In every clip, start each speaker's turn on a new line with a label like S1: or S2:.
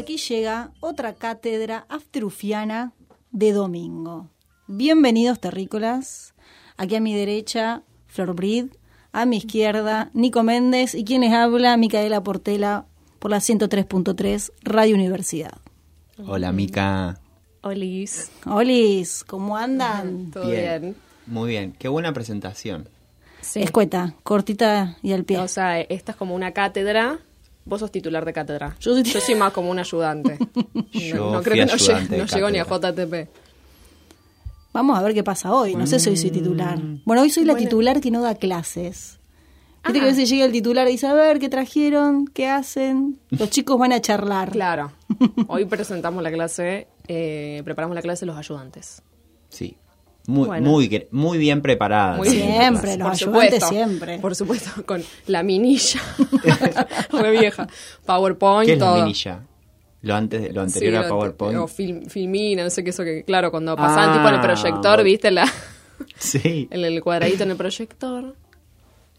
S1: aquí llega otra cátedra afterufiana de domingo. Bienvenidos, terrícolas. Aquí a mi derecha, Flor Brid. A mi izquierda, Nico Méndez. Y quienes habla, Micaela Portela, por la 103.3 Radio Universidad.
S2: Hola, Mica.
S3: Olis.
S1: Olis, ¿cómo andan?
S3: Todo bien.
S2: Muy bien. Qué buena presentación.
S3: Sí.
S1: Escueta, cortita y al pie.
S3: O sea, esta es como una cátedra. Vos sos titular de cátedra.
S1: Yo soy-
S3: Yo soy más como un ayudante.
S2: Yo
S3: no, no
S2: fui
S3: creo que no,
S2: ayudante de
S3: llegue- no llego ni a
S2: cátedra.
S3: JTP.
S1: Vamos a ver qué pasa hoy. No sé si hoy soy titular. Bueno, hoy soy la titular que no da clases. Viste que
S3: Ah.
S1: a veces llega el titular y dice, a ver, ¿qué trajeron? ¿Qué hacen? Los chicos van a charlar.
S3: Claro. Hoy presentamos la clase, eh, preparamos la clase de los ayudantes.
S2: Sí. Muy,
S3: Bueno.
S2: muy, gre- muy bien preparada.
S3: Muy
S2: Ah, sí,
S3: bien.
S2: Nicolás.
S1: Siempre, los
S3: Por
S1: ayudantes
S3: supuesto.
S1: siempre.
S3: Por supuesto, con la minilla. Re vieja. PowerPoint,
S2: ¿Qué es la
S3: todo.
S2: minilla? Lo, antes de- lo anterior
S3: Sí,
S2: a
S3: lo-
S2: PowerPoint.
S3: O film- filmina, no sé qué eso que, claro, cuando
S2: Ah.
S3: pasaban tipo en el proyector, viste la,
S2: sí.
S3: el, el cuadradito en el proyector.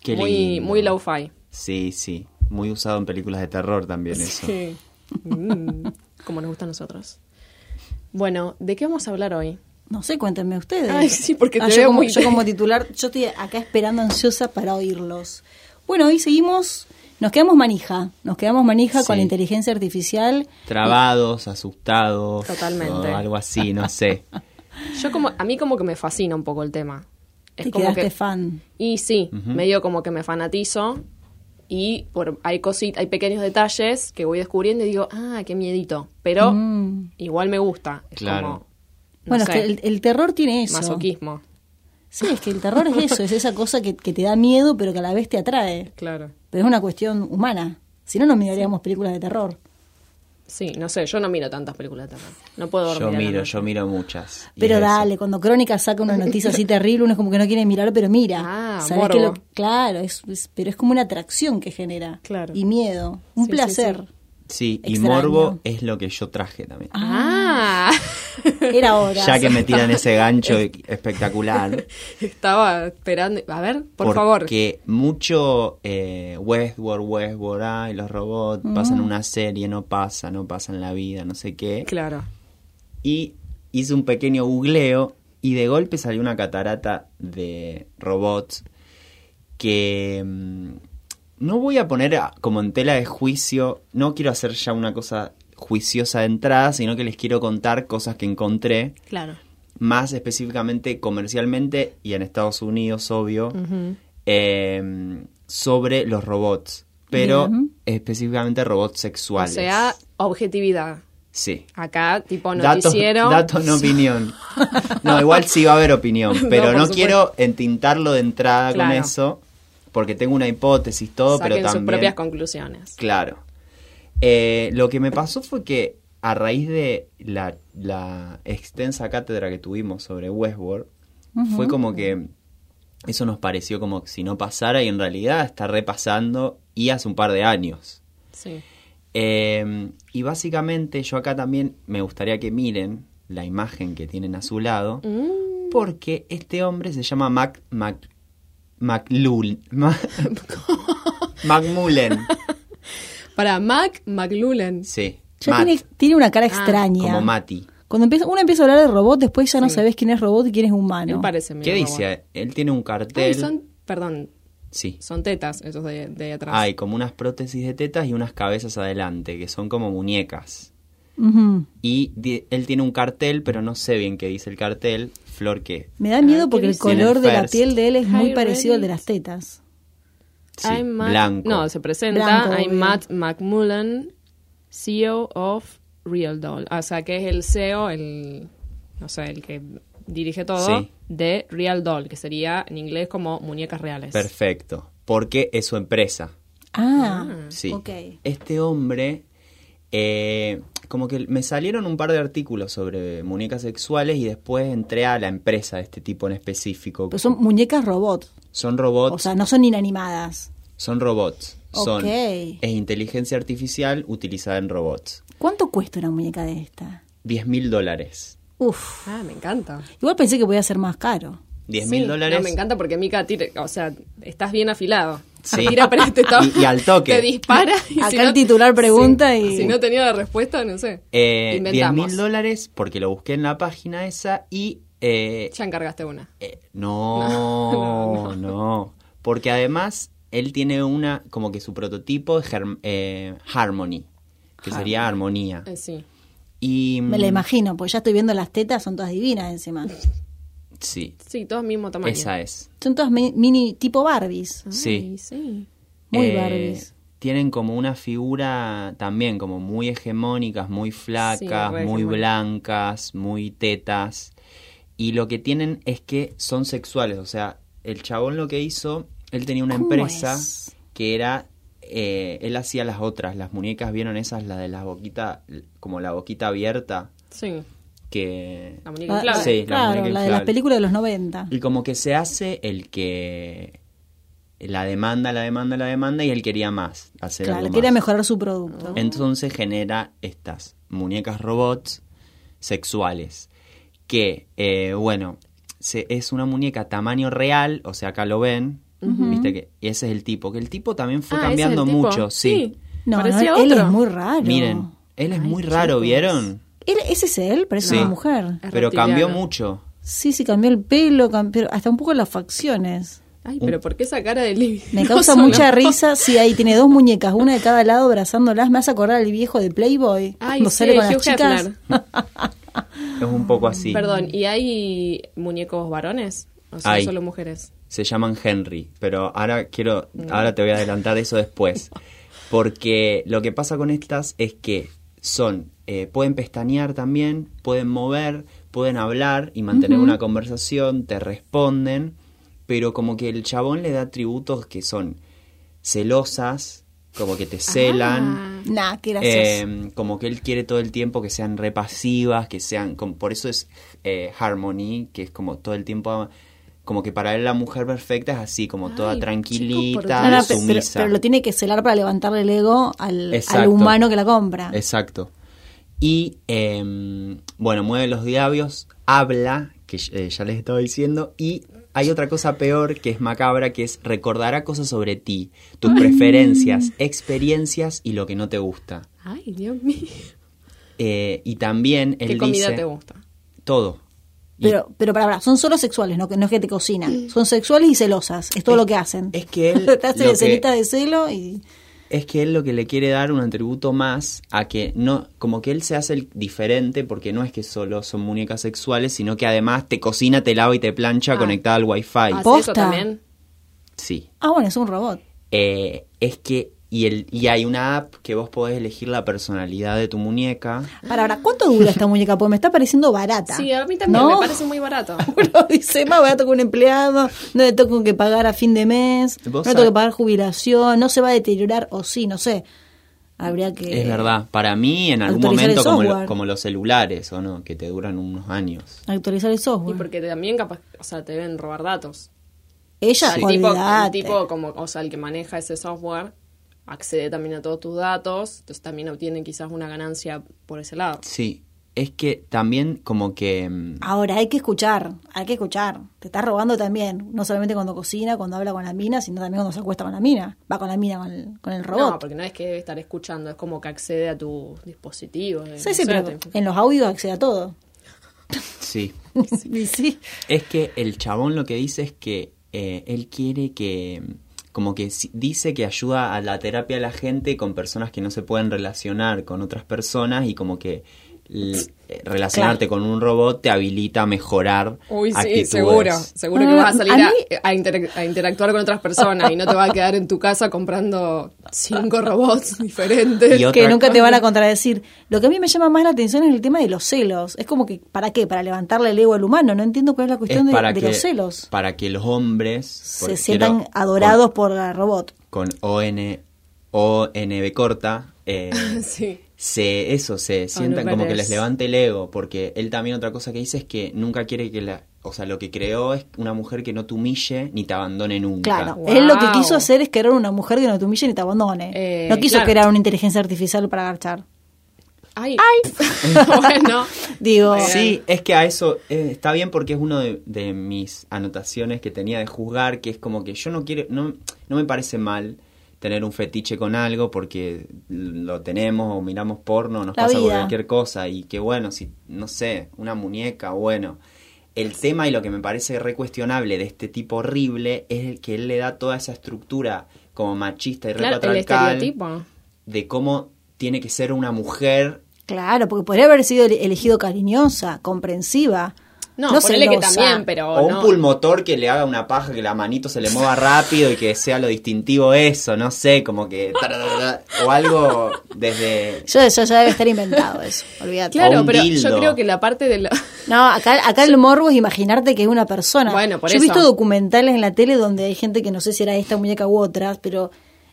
S2: Qué
S3: muy,
S2: lindo.
S3: muy low-fi.
S2: Sí, sí. Muy usado en películas de terror también eso.
S3: Sí. Mm, como nos gusta a nosotros. Bueno, ¿de qué vamos a hablar hoy?
S1: No sé, cuéntenme ustedes. Ah,
S3: Ay, sí, porque te
S1: yo,
S3: veo
S1: como,
S3: muy-
S1: yo como titular, yo estoy acá esperando ansiosa para oírlos. Bueno, hoy seguimos, nos quedamos manija, nos quedamos manija con
S2: Sí.
S1: la inteligencia artificial.
S2: Trabados, asustados.
S3: Totalmente.
S2: o algo así, no sé.
S3: Yo como, a mí como que me fascina un poco el tema. Es
S1: Te
S3: como
S1: quedaste
S3: que-
S1: fan.
S3: Y sí, medio como que me fanatizo y por hay cositas, hay pequeños detalles que voy descubriendo y digo, ah, qué miedito. Pero
S1: Mm.
S3: igual me gusta. Es
S2: Claro.
S3: como, no
S1: Bueno,
S3: sé,
S1: es que el, el terror tiene eso.
S3: masoquismo.
S1: Sí, es que el terror es eso, es esa cosa que, que te da miedo pero que a la vez te atrae.
S3: Claro.
S1: Pero es una cuestión humana. Si no, no miraríamos películas de terror.
S3: Sí, no sé, yo no miro tantas películas de terror. No puedo dormir.
S2: Yo
S3: a la
S2: miro,
S3: noche.
S2: yo miro muchas. Y
S1: Pero
S2: eso.
S1: dale, cuando Crónica saca una noticia así terrible, uno es como que no quiere mirar, pero mira.
S3: Ah,
S1: Sabés
S3: morbo.
S1: que lo- claro, es, es- pero es como una atracción que genera.
S3: Claro.
S1: Y miedo. Un
S3: Sí, sí,
S1: placer.
S3: sí.
S2: Sí, y
S1: Extraño.
S2: morbo es lo que yo traje también.
S3: Ah,
S1: Era hora.
S2: ya que me tiran ese gancho espectacular.
S3: estaba esperando. A ver, por
S2: porque
S3: favor.
S2: mucho eh, Westworld, Westworld, ay, los robots pasan una serie, no pasa, no pasa en la vida, no sé qué.
S3: Claro.
S2: Y hice un pequeño googleo y de golpe salió una catarata de robots que mm, no voy a poner a- como en tela de juicio, no quiero hacer ya una cosa juiciosa de entrada, sino que les quiero contar cosas que encontré
S3: Claro.
S2: más específicamente comercialmente y en Estados Unidos, obvio, eh, sobre los robots, pero
S1: Bien.
S2: específicamente robots
S3: O
S2: sexuales.
S3: sea, objetividad.
S2: sí.
S3: Acá, tipo
S2: Datos,
S3: noticiero.
S2: datos, no opinión. No, igual sí va a haber opinión,
S3: No,
S2: pero
S3: por
S2: no,
S3: supuesto.
S2: quiero entintarlo de entrada con
S3: Claro.
S2: eso, porque tengo una hipótesis, todo,
S3: saquen
S2: pero también...
S3: sus propias conclusiones.
S2: Claro. Eh, lo que me pasó fue que a raíz de la, la extensa cátedra que tuvimos sobre Westworld, fue como que eso nos pareció como que si no pasara y en realidad está repasando y hace un par de años.
S3: Sí.
S2: Eh, y básicamente yo acá también me gustaría que miren la imagen que tienen a su lado,
S1: Mm.
S2: porque este hombre se llama Mac, Mac, McLul- Ma- McMullen.
S3: Para Mac McLulen.
S2: Sí.
S1: Ya
S2: Matt,
S1: tiene, tiene una
S3: Ah.
S1: cara extraña.
S2: como Mati.
S3: Este
S1: Cuando empieza, uno empieza a hablar de robot, después ya no sabes quién es robot y quién es humano.
S3: Él parece medio
S2: ¿Qué
S3: robot.
S2: dice? Él tiene un cartel.
S3: Ay, son, perdón,
S2: Sí.
S3: son tetas esos de, de atrás.
S2: Hay como unas prótesis de tetas y unas cabezas adelante, que son como muñecas.
S1: Ujú.
S2: Y di- él tiene un cartel, pero no sé bien qué dice el cartel. Flor, ¿qué?
S1: Me da miedo
S3: Ah, ¿qué
S1: porque el
S3: dice?
S1: color de la
S2: First.
S1: piel de él es muy
S3: Hi,
S1: parecido al de
S3: Reddit.
S1: las tetas.
S2: Sí,
S3: I'm Matt-
S2: blanco.
S3: No, se presenta.
S1: Blanco,
S3: I'm
S1: obvio.
S3: Matt McMullen, CEO of Real Doll. O sea, que es el CEO, el. No sé, el que dirige todo.
S2: Sí.
S3: De Real Doll, que sería en inglés como muñecas reales.
S2: Perfecto. Porque es su empresa.
S1: Ah,
S2: Sí.
S1: ok.
S2: Este hombre, eh, como que me salieron un par de artículos sobre muñecas sexuales y después entré a la empresa de este tipo en específico.
S3: Pues,
S1: Pero son muñecas robot.
S2: Son robots.
S1: O sea, no son inanimadas.
S2: Son robots. Son
S1: Ok.
S2: es inteligencia artificial utilizada en robots.
S1: ¿Cuánto cuesta una muñeca de esta?
S2: 10 mil dólares.
S1: Uf.
S3: Ah, me encanta.
S1: Igual pensé que podía ser más caro.
S2: 10 mil
S3: Sí,
S2: dólares.
S3: No, me encanta porque Mica tira, o sea, estás bien afilado.
S2: Sí.
S3: Tira, pero te to-
S2: Y- y al toque.
S3: Te dispara. y
S1: Acá el titular pregunta
S3: Sí.
S1: y-
S3: Si no tenía la respuesta, no sé.
S2: Eh, 10
S3: Inventamos.
S2: mil dólares porque lo busqué en la página esa y... eh,
S3: Ya encargaste una.
S2: eh, no, no, Porque además él tiene una, como que su prototipo es Herm- eh, Harmony, que sería armonía.
S3: Eh, sí.
S2: Y, mm,
S1: Me la imagino, porque ya estoy viendo las tetas, son todas divinas encima.
S2: Sí,
S3: Sí, todos mismo tamaño.
S2: esa es.
S1: Son todas mi- mini tipo Barbies.
S3: Ay,
S2: Sí.
S3: sí.
S1: Muy
S2: Eh,
S1: Barbies.
S2: Tienen como una figura también como muy hegemónicas, muy flacas,
S3: re
S2: muy
S3: hegemónica.
S2: blancas, muy tetas. Y lo que tienen es que son sexuales. O sea, el chabón lo que hizo, él tenía una
S1: ¿Cómo
S2: empresa
S1: es?
S2: que era... eh, él hacía las otras, las muñecas, ¿vieron esas? La de la boquita, como la boquita abierta,
S3: Sí.
S2: que...
S3: La
S1: La-
S3: muñeca
S1: la-
S3: inflable.
S2: Ah, Sí. la
S1: Ah, claro, la
S2: muñeca
S1: de las
S2: inflable.
S1: películas de los 90.
S2: Y como que se hace el que... La demanda, la demanda, la demanda, y él quería más. Hacer
S1: Claro,
S2: algo
S1: quería
S2: más.
S1: mejorar su producto.
S2: Entonces genera estas muñecas robots sexuales. Que, eh, bueno, se- es una muñeca tamaño real, o sea, acá lo ven. Viste que y ese es el tipo. Que el tipo también fue
S3: Ah, ese es el
S2: cambiando
S3: tipo.
S2: mucho, sí.
S1: No, no,
S3: Parecía
S1: él
S3: otro.
S1: es muy raro.
S2: Miren, él es muy raro,
S3: chicos.
S2: ¿vieron?
S1: Él- ese es él, parece
S2: Sí.
S1: una mujer.
S3: Es
S2: Pero cambió
S3: reptiliano.
S2: mucho.
S1: Sí, sí, cambió el pelo, cambió, hasta un poco las facciones.
S3: Ay, pero ¿por qué esa cara de Libby?
S1: Me
S3: No
S1: causa
S3: solo-
S1: mucha risa. Sí, ahí tiene dos muñecas, una de cada lado abrazándolas. Me hace acordar al viejo de Playboy.
S3: Ay,
S1: cuando
S3: sí,
S1: sale con las
S3: Hugh
S1: chicas.
S3: Hefner.
S2: Es un poco así.
S3: Perdón, ¿y hay muñecos varones? ¿O son
S2: Hay.
S3: solo mujeres?
S2: se llaman Henry, pero ahora quiero, ahora te voy a adelantar eso después, porque lo que pasa con estas es que son, eh, pueden pestañear también, pueden mover, pueden hablar y mantener una conversación, te responden, pero como que el chabón le da atributos que son celosas, como que te celan.
S1: Nah, qué gracioso.
S2: eh, como que él quiere todo el tiempo que sean repasivas, que sean, como- por eso es eh, Harmony, que es como todo el tiempo, como que para él la mujer perfecta es así, como toda
S3: Ay, chicos,
S2: tranquilita,
S3: por
S1: No, no, pe- pero,
S2: sumisa.
S1: pero lo tiene que celar para levantarle el ego al, al
S2: Exacto.
S1: humano que la compra.
S2: Exacto. Y eh, bueno, mueve los labios, habla, que eh, ya les estaba diciendo, y hay otra cosa peor que es macabra, que es recordará cosas sobre ti, tus preferencias, experiencias y lo que no te gusta.
S3: Ay, Dios mío.
S2: Eh, y también él
S3: ¿Qué comida
S2: dice
S3: te gusta?
S2: todo. Y
S1: Pero, pero para, para, son solo sexuales, no, que- no es que te
S3: Mm.
S1: cocinan. Son sexuales y celosas. Es todo
S2: Es-
S1: lo que hacen.
S2: es que él
S1: Te hace
S2: lo que-
S1: escenita de celo y.
S2: es que él lo que le quiere dar un atributo más a que no, como que él se hace el diferente porque no es que solo son muñecas sexuales, sino que además te cocina, te lava y te plancha
S3: Ah.
S2: conectada al wifi.
S3: ¿Hace
S1: posta.
S3: eso también?
S2: Sí.
S1: Ah, bueno, es un robot.
S2: Eh, es que y, el, y hay una app que vos podés elegir la personalidad de tu muñeca.
S1: Para, ahora, ¿cuánto dura esta muñeca? Porque me está pareciendo barata.
S3: Sí, a mí también
S1: ¿No?
S3: me parece muy barato.
S1: Uno dice, más barato que un empleado, no le tengo que pagar a fin de mes, no
S2: Vos
S1: le tengo que
S2: sab-
S1: pagar jubilación, no se va a deteriorar, o sí, no sé. Habría que...
S3: Eh,
S2: es verdad. Para mí, en algún
S1: actualizar el
S2: momento, como, lo-
S1: software.
S2: como los celulares, ¿o no? Que te duran unos años.
S1: Actualizar el
S3: Y
S1: software.
S3: porque también capaz, o sea, te deben robar datos.
S1: Ella,
S2: Sí.
S3: El tipo, el
S1: olvidate.
S3: tipo como, o sea, el que maneja ese software accede también a todos tus datos, entonces también obtiene quizás una ganancia por ese lado.
S2: Sí. Es que también como que... mm,
S1: Ahora, hay que escuchar, hay que escuchar. Te está robando también, no solamente cuando cocina, cuando habla con la mina, sino también cuando se acuesta con la mina. Va con la mina, con el, con el robot.
S3: No, porque no es que debe estar escuchando, es como que accede a tu dispositivo. eh,
S1: Sí, sí,
S3: no sé,
S1: pero
S3: te-
S1: en los audios accede a todo.
S2: Sí.
S1: Y sí.
S2: Es que el chabón lo que dice es que eh, él quiere que, como que si- dice que ayuda a la terapia a la gente con personas que no se pueden relacionar con otras personas y como que l- eh, relacionarte con un robot te habilita a mejorar.
S3: Uy, sí,
S2: actitudes.
S3: seguro. Seguro que
S1: Ah,
S3: vas a salir
S1: a
S3: a,
S1: mí-
S3: a interac- a interactuar con otras personas y no te vas a quedar en tu casa comprando cinco robots diferentes.
S2: Y otra-
S1: que nunca te van a contradecir. Lo que a mí me llama más la atención es el tema de los celos. Es como que, ¿para qué? Para levantarle el ego al humano. No entiendo cuál es la
S2: Es
S1: cuestión de,
S2: para
S1: de
S2: que,
S1: los celos.
S2: Para que los hombres
S1: Se
S2: porque
S1: sientan
S2: quiero-
S1: adorados por la robot.
S2: Con, con ON, ONB corta. eh,
S3: Sí.
S2: se eso se sientan como que
S3: Pérez.
S2: les levante el ego porque él también otra cosa que dice es que nunca quiere que la o sea lo que creó es una mujer que no te humille ni te abandone nunca
S1: Claro,
S3: Wow.
S1: él lo que quiso hacer es crear una mujer que no te humille ni te abandone.
S3: Eh,
S1: no quiso
S3: claro.
S1: crear una inteligencia artificial para garchar.
S3: Ay. bueno.
S1: Digo,
S2: Sí, es que a eso eh, está bien porque es una de, de mis anotaciones que tenía de juzgar, que es como que yo no quiero, no, no me parece mal tener un fetiche con algo porque lo tenemos o miramos porno, nos
S1: La
S2: pasa
S1: vida.
S2: cualquier cosa y que bueno, si, no sé, una muñeca, bueno. El tema y lo que me parece recuestionable de este tipo horrible es el que él le da toda esa estructura como machista y
S3: Claro, el
S2: repatriarcal
S3: estereotipo.
S2: de cómo tiene que ser una mujer
S1: claro, porque podría haber sido ele- elegido cariñosa, comprensiva.
S3: No,
S1: no
S3: ponele que
S1: celosa.
S3: también, pero
S2: O
S3: no.
S2: un pulmotor que le haga una paja, que la manito se le mueva rápido y que sea lo distintivo eso, no sé, como que... tararara, O algo desde...
S1: Yo, yo ya debe estar inventado eso, olvídate.
S2: O
S3: Claro,
S2: un
S3: pero yo
S2: dildo.
S3: creo que la parte de la...
S1: No, acá, acá el morbo es imaginarte que es una persona.
S3: Bueno, por
S1: Yo he
S3: eso.
S1: visto documentales en la tele donde hay gente que no sé si era esta muñeca u otras, pero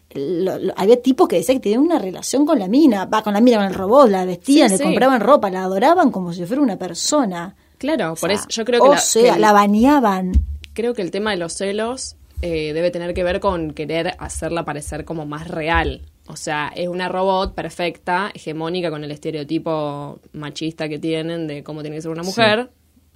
S1: eh, lo- lo- había tipos que decían que tenían una relación con la mina, va, con la mina, con el robot, la vestían,
S3: Sí,
S1: le
S3: sí.
S1: compraban ropa, la adoraban como si fuera una persona.
S3: Claro,
S1: O
S3: por
S1: sea,
S3: eso yo creo que,
S1: o
S3: la,
S1: sea,
S3: que el-
S1: la bañaban.
S3: creo que el tema de los celos eh, debe tener que ver con querer hacerla parecer como más real. O sea, es una robot perfecta, hegemónica con el estereotipo machista que tienen de cómo tiene que ser una mujer.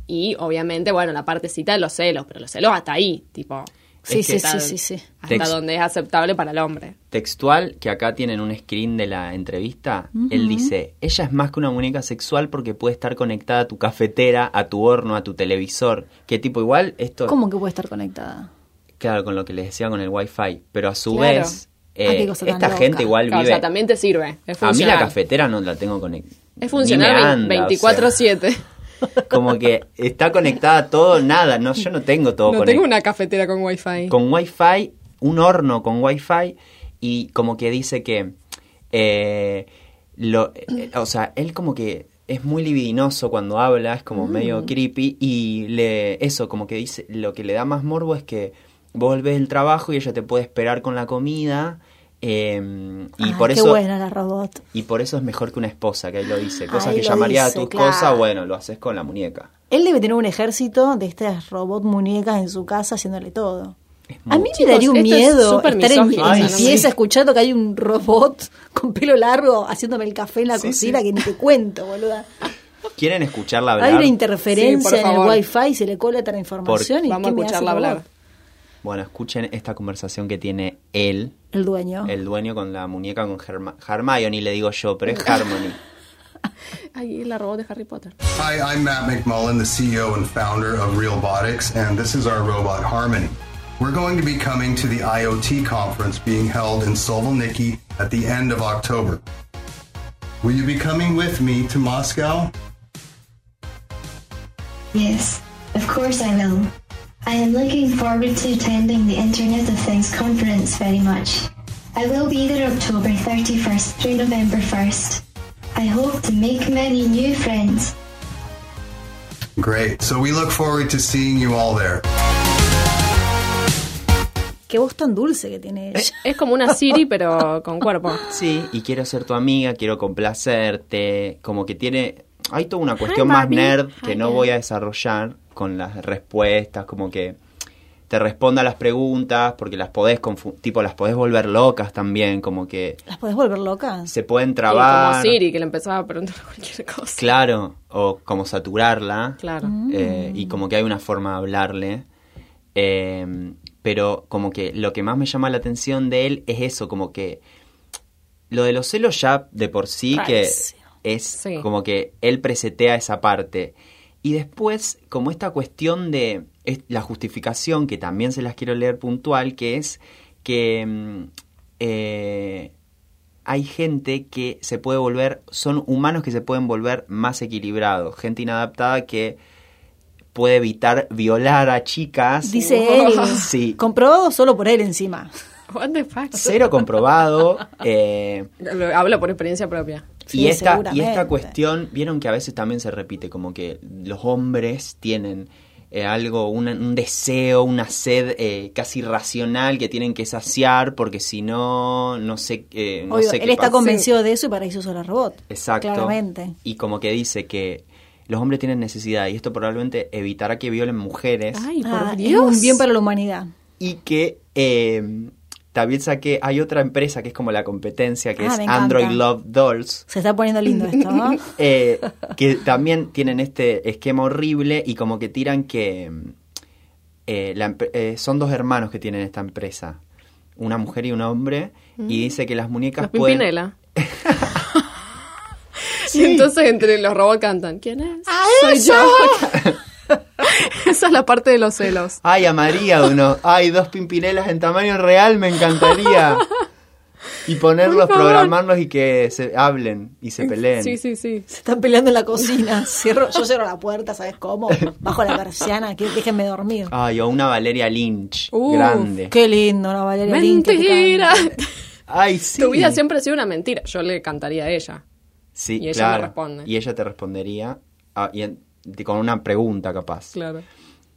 S3: Y obviamente, bueno, la partecita de los celos, pero los celos hasta ahí, tipo,
S1: Sí,
S2: Es que
S1: sí, sí,
S3: tal-
S1: sí, sí.
S3: hasta
S2: Text-
S3: donde es aceptable para el hombre.
S2: Textual, que acá tienen un screen de la entrevista, él dice, ella es más que una muñeca sexual porque puede estar conectada a tu cafetera, a tu horno, a tu televisor. Que tipo igual, esto...
S1: ¿Cómo que puede estar conectada?
S2: Claro, con lo que les decía con el wifi, pero a su
S3: Claro.
S2: vez... eh,
S1: Ah, qué cosa tan
S2: esta
S1: loca.
S2: gente igual
S3: Claro,
S2: vive...
S3: o sea, también te sirve. Es
S2: a mí la
S3: funcional.
S2: cafetera no la tengo conectada.
S3: Es funcional vein- 24-7.
S2: Como que está conectada a todo, nada. No, yo no tengo todo
S3: No
S2: conect-
S3: tengo una cafetera con wifi.
S2: Con wifi, un horno con wifi. Y como que dice que. eh, lo, eh, o sea, él como que es muy libidinoso cuando habla, es
S1: Mm.
S2: como medio creepy. Y le, eso, como que dice. Lo que le da más morbo es que vos volvés del trabajo y ella te puede esperar con la comida. eh, y
S1: Ay,
S2: por
S1: qué
S2: eso
S1: buena la robot.
S2: y por eso es mejor que una esposa, que ahí lo dice. Cosas
S1: Ahí
S2: que
S1: lo
S2: llamaría
S1: dice,
S2: a tus
S1: claro.
S2: cosas, bueno, lo haces con la muñeca.
S1: Él debe tener un ejército de estas robot muñecas en su casa haciéndole todo.
S2: Es
S1: A mí
S3: mucho.
S1: me daría un
S3: Chicos, esto es
S1: miedo
S3: súper
S1: estar en mi, en
S3: misógino,
S1: mi
S2: Ay, sí.
S1: pieza escuchando que hay un robot con pelo largo haciéndome el café en la
S2: Sí,
S1: cocina
S2: sí.
S1: que ni te cuento, boluda.
S2: ¿Quieren escucharla
S1: Hay
S2: hablar?
S1: una interferencia
S3: Sí, por
S1: en el
S3: favor.
S1: wifi, se le cola otra información y
S3: Vamos a
S1: ¿qué me hace el
S3: escucharla hablar.
S1: robot?
S2: Bueno, escuchen esta conversación que tiene él,
S1: El dueño.
S2: el dueño con la muñeca con Herma Hermione, le digo yo, pero es Harmony.
S3: Ay, es la robot de Harry Potter.
S4: Hi, I'm Matt McMullen, the CEO and founder of Realbotics, and this is our robot Harmony. We're going to be coming to the IoT conference being held in Solvalniki at the end of October. Will you be coming with me to Moscow?
S5: Yes, of course I will. I am looking forward to attending the Internet of Things conference very much. I will be there October 31st through November 1st. I hope to make many new friends.
S4: Great. So we look forward to seeing you all there.
S1: Qué voz tan dulce que tiene ella.
S2: Eh.
S3: Es como una Siri, pero con cuerpo.
S2: Sí, y quiero ser tu amiga, quiero complacerte, como que tiene... Hay toda una cuestión
S3: Hi,
S2: más
S3: Barbie.
S2: nerd
S3: Hi,
S2: que no
S3: nerd.
S2: voy a desarrollar con las respuestas, como que te responda a las preguntas, porque las podés confu- tipo las podés volver locas también, como que
S1: ¿Las podés volver locas?
S2: se pueden
S3: Y
S2: trabar.
S3: como Siri, que le empezaba a preguntar cualquier cosa.
S2: Claro, o como saturarla.
S3: Claro.
S2: eh, y como que hay una forma de hablarle. eh, pero como que lo que más me llama la atención de él es eso, como que lo de los celos ya de por sí que
S1: Rarísimo.
S2: es
S3: Sí.
S2: como que él presetea esa parte. Y después, como esta cuestión de es- la justificación, que también se las quiero leer puntual, que es que mm, eh, hay gente que se puede volver, son humanos que se pueden volver más equilibrados, gente inadaptada que puede evitar violar a chicas.
S1: Dice él.
S2: Sí.
S1: Comprobado solo por él encima.
S3: What the fuck?
S2: Cero comprobado. eh,
S3: Lo- Hablo por experiencia propia.
S1: Sí,
S2: y, esta, y
S1: seguramente.
S2: esta cuestión, vieron que a veces también se repite, como que los hombres tienen eh, algo, una- un deseo, una sed eh, casi irracional que tienen que saciar porque si no, no sé, eh, no
S1: Obvio,
S2: sé
S1: él
S2: qué
S1: está
S2: pasa.
S1: convencido de eso y para eso usó la robot.
S2: Exacto.
S1: Claramente.
S2: Y como que dice que los hombres tienen necesidad y esto probablemente evitará que violen mujeres
S3: Ay, por
S1: Ah, es
S3: Dios.
S1: un bien para la humanidad.
S2: y que eh, También saqué, hay otra empresa que es como la competencia, que
S1: Ah,
S2: es
S1: me encanta.
S2: Android Love Dolls.
S1: Se está poniendo lindo esto, ¿no?
S2: Eh, que también tienen este esquema horrible y como que tiran que mm, eh, la empre- eh, son dos hermanos que tienen esta empresa, una mujer y un hombre,
S1: Mm.
S2: y dice que las muñecas
S3: Los
S2: pueden...
S3: Pimpinela. Y entonces entre los robots cantan. ¿Quién es? Soy yo. Esa es la parte de los celos.
S2: Ay, amaría uno. Ay, dos pimpinelas en tamaño real, me encantaría. Y ponerlos,
S3: favor.
S2: programarlos y que se hablen y se peleen.
S3: Sí, sí, sí.
S1: Se están peleando en la cocina. Cierro, yo cierro la puerta, ¿sabes cómo? Bajo la persiana, que déjenme dormir.
S2: Ay, o una Valeria Lynch,
S3: Uh,
S2: grande.
S1: Qué lindo, la Valeria Lynch que te
S3: Mentira.
S1: canta.
S2: Ay, sí.
S3: Tu vida siempre ha sido una mentira. Yo le cantaría a ella.
S2: Sí,
S3: Y ella me
S2: claro.
S3: responde.
S2: Y ella te respondería ah, y en- te- con una pregunta, capaz.
S3: Claro.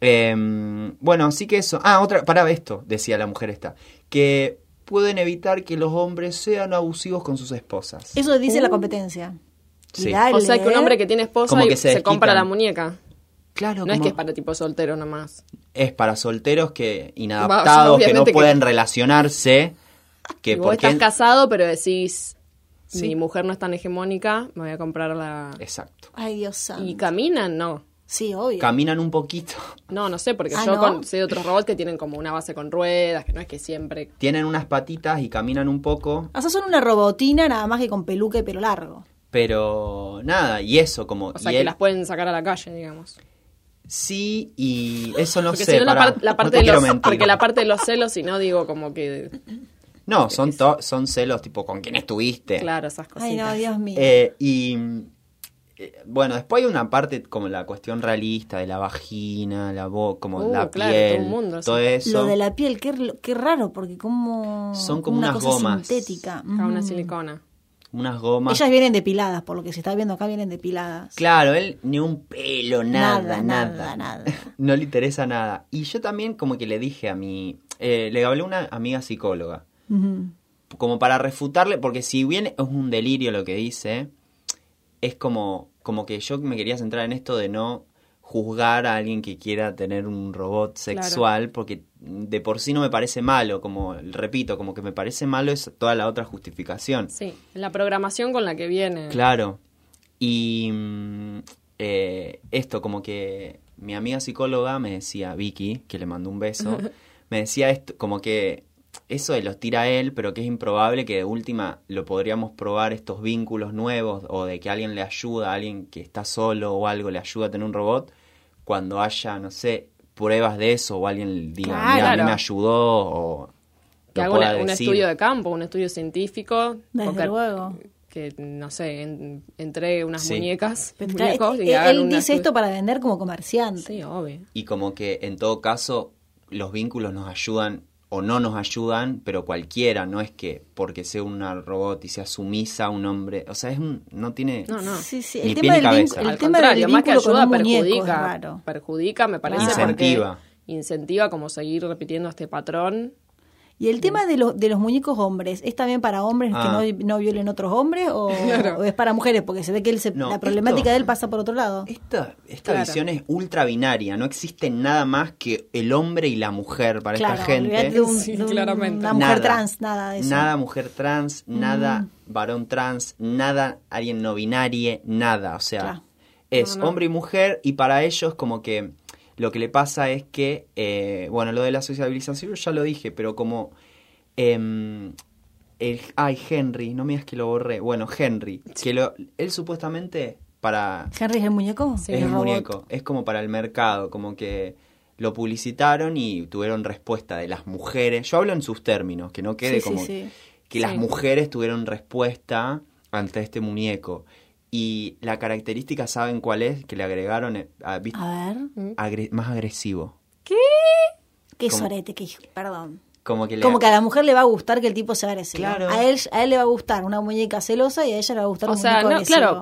S2: Em, bueno, sí que eso. Ah, otra, pará esto, decía la mujer esta. Que pueden evitar que los hombres sean abusivos con sus esposas.
S1: Eso dice la competencia.
S2: Sí.
S1: Dale,
S3: O Uh. sea que un
S1: ¿eh?
S3: hombre que tiene esposa
S2: Como
S3: y
S2: que se
S3: se, compra
S2: desquitan.
S3: la muñeca.
S2: Claro,
S3: No es
S2: como-
S3: que es para tipo soltero nomás.
S2: es para solteros que
S3: Va, o
S2: inadaptados,
S3: sea,
S2: que no
S3: obviamente que-
S2: pueden relacionarse. Que
S3: Y vos
S2: porque...
S3: estás casado, pero decís,
S2: Sí.
S3: mi mujer no es tan hegemónica, me voy a comprar la...
S2: Exacto.
S1: Ay, Dios
S3: Y
S1: santo.
S3: caminan, no.
S1: Sí, obvio.
S2: Caminan un poquito.
S3: No, no sé, porque
S1: Ah,
S3: yo
S1: ¿no?
S3: con- sé de otros robots que tienen como una base con ruedas, que no es que siempre...
S2: Tienen unas patitas y caminan un poco,
S1: O sea, son una robotina nada más que con peluca y pelo largo.
S2: pero nada, y eso como...
S3: O sea,
S2: y
S3: que
S2: él-
S3: las pueden sacar a la calle, digamos.
S2: Sí, y eso no
S3: porque
S2: sé,
S3: si no, la,
S2: pará,
S3: par- la
S2: no
S3: parte
S2: te
S3: de
S2: quiero
S3: los...
S2: mentir.
S3: Porque la parte de los celos, si no, digo como que...
S2: No, son, to- son celos tipo con quién estuviste.
S3: Claro, esas cositas.
S1: Ay, no, Dios mío.
S2: Eh, y mm, eh, bueno, después hay una parte como la cuestión realista de la vagina, la boca, como
S3: Uh,
S2: la
S3: claro,
S2: piel,
S3: todo un mundo,
S2: todo
S3: sí.
S2: eso.
S1: Lo de la piel, qué, r- qué raro, porque como.
S2: Son como
S1: una
S2: unas
S1: cosa
S2: gomas.
S1: sintética.
S3: Cada una
S1: Mm.
S3: silicona.
S2: Unas gomas.
S1: Ellas vienen depiladas, por lo que se está viendo acá, vienen depiladas.
S2: Claro, él ni un pelo, nada,
S1: Nada, nada,
S2: nada.
S1: nada.
S2: no le interesa nada. Y yo también como que le dije a mi... eh, le hablé a una amiga psicóloga,
S1: Ujú.
S2: como para refutarle, porque si bien es un delirio lo que dice, es como, como que yo me quería centrar en esto de no juzgar a alguien que quiera tener un robot sexual, porque de por sí no me parece malo, como repito, como que me parece malo es toda la otra justificación.
S3: Sí, la programación con la que viene.
S2: Claro. Y mm, eh, esto, como que mi amiga psicóloga me decía, Vicky, que le mandó un beso, me decía esto, como que eso de los tira a él, pero que es improbable que de última lo podríamos probar estos vínculos nuevos o de que alguien le ayuda, alguien que está solo o algo le ayuda a tener un robot, cuando haya, no sé, pruebas de eso o alguien diga, "Mira, a mí
S3: Claro.
S2: me ayudó o...
S3: Que
S2: lo
S3: haga una-
S2: pueda
S3: un
S2: decir.
S3: estudio de campo, un estudio científico.
S1: Desde
S3: o que-
S1: luego.
S3: Que, no sé, en- entregue unas
S2: Sí.
S3: muñecas.
S1: Pero está-
S3: muñecos,
S1: él,
S3: y hagan
S1: él
S3: un
S1: dice
S3: estudio-
S1: esto para vender como comerciante.
S3: Sí, obvio.
S2: y como que en todo caso los vínculos nos ayudan o no nos ayudan, pero cualquiera, no es que porque sea una robot y sea sumisa a un hombre, o sea, es un, no tiene...
S3: No, no.
S1: Sí, sí,
S2: Ni
S1: El
S2: pie
S1: tema
S2: ni
S1: del
S2: cabeza.
S1: vínculo, el
S3: Al
S1: tema del
S3: contrario, más que
S1: vínculo con
S3: ayuda,
S1: un muñeco es
S3: perjudica.
S1: raro.
S3: Perjudica, me parece.
S1: Claro.
S2: Incentiva.
S3: Porque incentiva como seguir repitiendo este patrón.
S1: Y el tema de, los de los muñecos hombres, ¿es también para hombres
S2: Ah.
S1: que no, no violen otros hombres o,
S3: Claro.
S1: o es para mujeres? Porque se ve que él se-
S2: No,
S1: la problemática
S2: esto-
S1: de él pasa por otro lado.
S2: Esta, esta
S3: Claro.
S2: visión es ultra binaria, no existe nada más que el hombre y la mujer para
S1: claro,
S2: esta gente.
S1: olvidate de un-
S3: Sí,
S1: de un-
S3: claramente.
S1: una mujer
S2: Nada.
S1: trans, nada de eso. Mm.
S2: Nada mujer trans, nada varón trans, nada alguien no binario, nada. O sea,
S1: Claro.
S2: es hombre y mujer y para ellos como que lo que le pasa es que, eh, bueno, lo de la sociabilización ya lo dije, pero como... em, el, ay, Henry, no me digas que lo borré. Bueno, Henry, que lo, él supuestamente para
S1: ¿Henry es el muñeco?
S3: Sí,
S2: es
S1: el
S2: un
S1: robot.
S2: muñeco. Es como para el mercado, como que lo publicitaron y tuvieron respuesta de las mujeres. Yo hablo en sus términos, que no
S1: Sí,
S2: quede
S1: sí,
S2: como
S1: sí.
S2: que las
S3: Sí.
S2: mujeres tuvieron respuesta ante este muñeco. Y la característica, ¿saben cuál es? Que le agregaron eh, a- vi-
S1: A ver,
S2: agre- más agresivo.
S1: qué
S2: Como-
S1: sorete, qué hijo, perdón.
S2: Como que le
S1: Como que a la mujer le va a gustar que el tipo sea agresivo.
S2: Claro.
S1: A él, a él le va a gustar una muñeca celosa y a ella le va a gustar
S3: O
S1: un
S3: sea,
S1: muñeco
S3: no,
S1: agresivo.
S3: claro,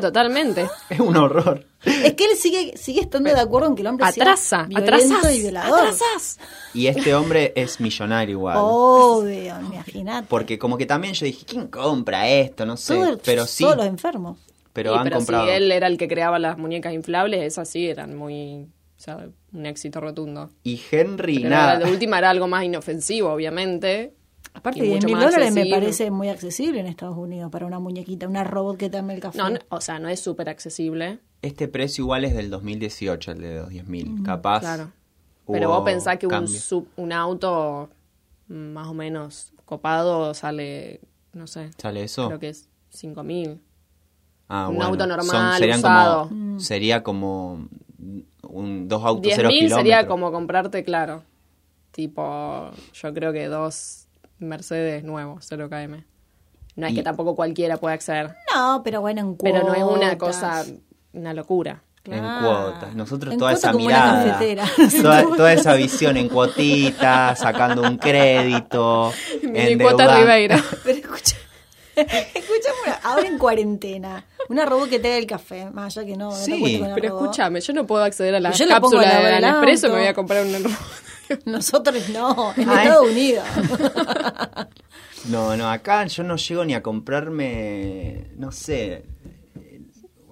S3: totalmente.
S2: es un horror.
S1: Es que él sigue, sigue estando de acuerdo en que el hombre sea
S3: Atrasa,
S1: violento
S3: atrasas.
S1: y violador.
S3: Atrasas.
S2: Y este hombre es millonario igual.
S1: Oh. Obvio, imagínate.
S2: Porque como que también yo dije, ¿quién compra esto? No sé.
S1: Todo-
S2: pero sí,
S1: Todos los enfermos.
S2: pero
S3: Y
S2: han
S3: pero
S2: comprado.
S3: si él era el que creaba las muñecas inflables, esas sí eran muy. O sea, un éxito rotundo.
S2: Y Henry,
S3: Pero
S2: nada.
S3: de última era algo más inofensivo, obviamente.
S1: Aparte,
S3: y
S1: 10
S3: mucho
S1: mil
S3: más
S1: dólares me
S3: accesible.
S1: parece muy accesible en Estados Unidos para una muñequita, una robot que te arme el café.
S3: No, no, o sea, no es súper accesible.
S2: Este precio igual es del 2018, el de los 10.000. Capaz.
S3: Claro. Pero
S2: hubo
S3: vos pensás que un,
S2: cambio.
S3: sub- un auto mm, más o menos copado sale, no sé,
S2: ¿Sale eso?
S3: creo que es 5.000.
S2: Ah,
S3: un
S2: bueno.
S3: auto normal,
S2: serían
S3: usado.
S1: Mm.
S2: Como, sería como un, dos autos cero
S3: 10.000 sería
S2: kilómetros.
S3: como comprarte, claro, tipo, yo creo que dos Mercedes nuevos, 0KM. No es
S2: Y-
S3: que tampoco cualquiera puede acceder,
S1: No, pero bueno, en
S3: pero no es una
S1: cuotas.
S3: cosa, una locura.
S2: En
S1: Claro.
S2: cuotas. Nosotros
S1: En
S2: toda
S1: cuotas
S2: esa
S1: como una
S2: mirada.
S1: cafetera.
S2: Toda, toda esa visión en cuotitas, sacando un crédito.
S3: Mi
S2: en
S3: cuota Ribeiro.
S1: Pero escucha, escúchame, una- ahora en cuarentena, una robot que te haga el café, más allá que no, no te
S2: Sí,
S1: acuestes con una
S3: Pero
S1: robot.
S3: escúchame, yo no puedo acceder a la
S1: Yo le pongo
S3: cápsula
S1: la
S3: de
S1: del
S3: Nespresso, me
S1: auto.
S3: voy a comprar un
S1: Nosotros no, en
S3: Ah, ¿eh?
S1: Estados Unidos.
S2: No, no, acá yo no llego ni a comprarme, no sé,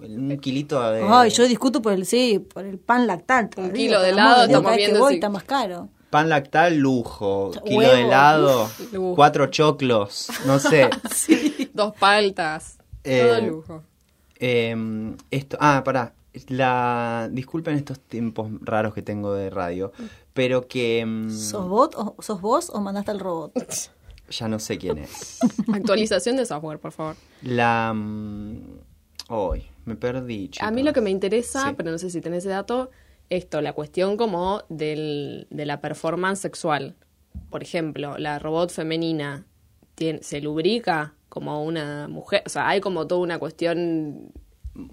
S2: un kilito de...
S1: Ay, yo discuto por el sí, por el pan lactal. todavía,
S3: kilo de
S1: por el amor
S3: helado
S1: Dios,
S3: estamos
S1: cada vez que
S3: viendo
S1: voy
S3: si-
S1: está más caro.
S2: Pan lactal, lujo. Kilo
S1: Huevo,
S2: de helado,
S3: uf, lujo.
S2: cuatro choclos, no sé.
S3: dos paltas, todo
S2: Eh,
S3: lujo.
S2: Eh, esto, ah, pará. La, disculpen estos tiempos raros que tengo de radio, pero que mm,
S1: ¿Sos, bot o- ¿Sos vos o mandaste al robot?
S2: ya no sé quién es.
S3: Actualización de software, por favor.
S2: La... mm, Hoy, me perdí.
S3: A
S2: chicos.
S3: mí lo que me interesa,
S2: Sí.
S3: pero no sé si tenés ese dato, esto, la cuestión como del, de la performance sexual. Por ejemplo, la robot femenina tiene- se lubrica como una mujer, o sea, hay como toda una cuestión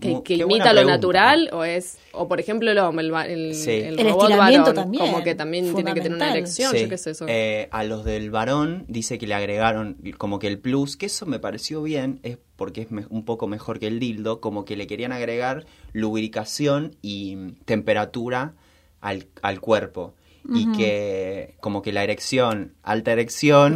S3: que,
S2: Mu-
S3: que
S2: qué buena
S3: imita lo
S2: pregunta.
S3: natural o es, o por ejemplo el hombre, el, va- el-
S2: Sí.
S3: el
S1: El
S3: robot
S1: estiramiento
S3: varón,
S1: también,
S3: como que también tiene que tener una
S1: fundamental.
S3: erección,
S2: Sí.
S3: yo qué sé eso.
S2: Eh, a los del varón dice que le agregaron como que el plus, que eso me pareció bien, es porque es me- un poco mejor que el dildo, como que le querían agregar lubricación y mm, temperatura al, al cuerpo. Y que como que la erección, alta erección,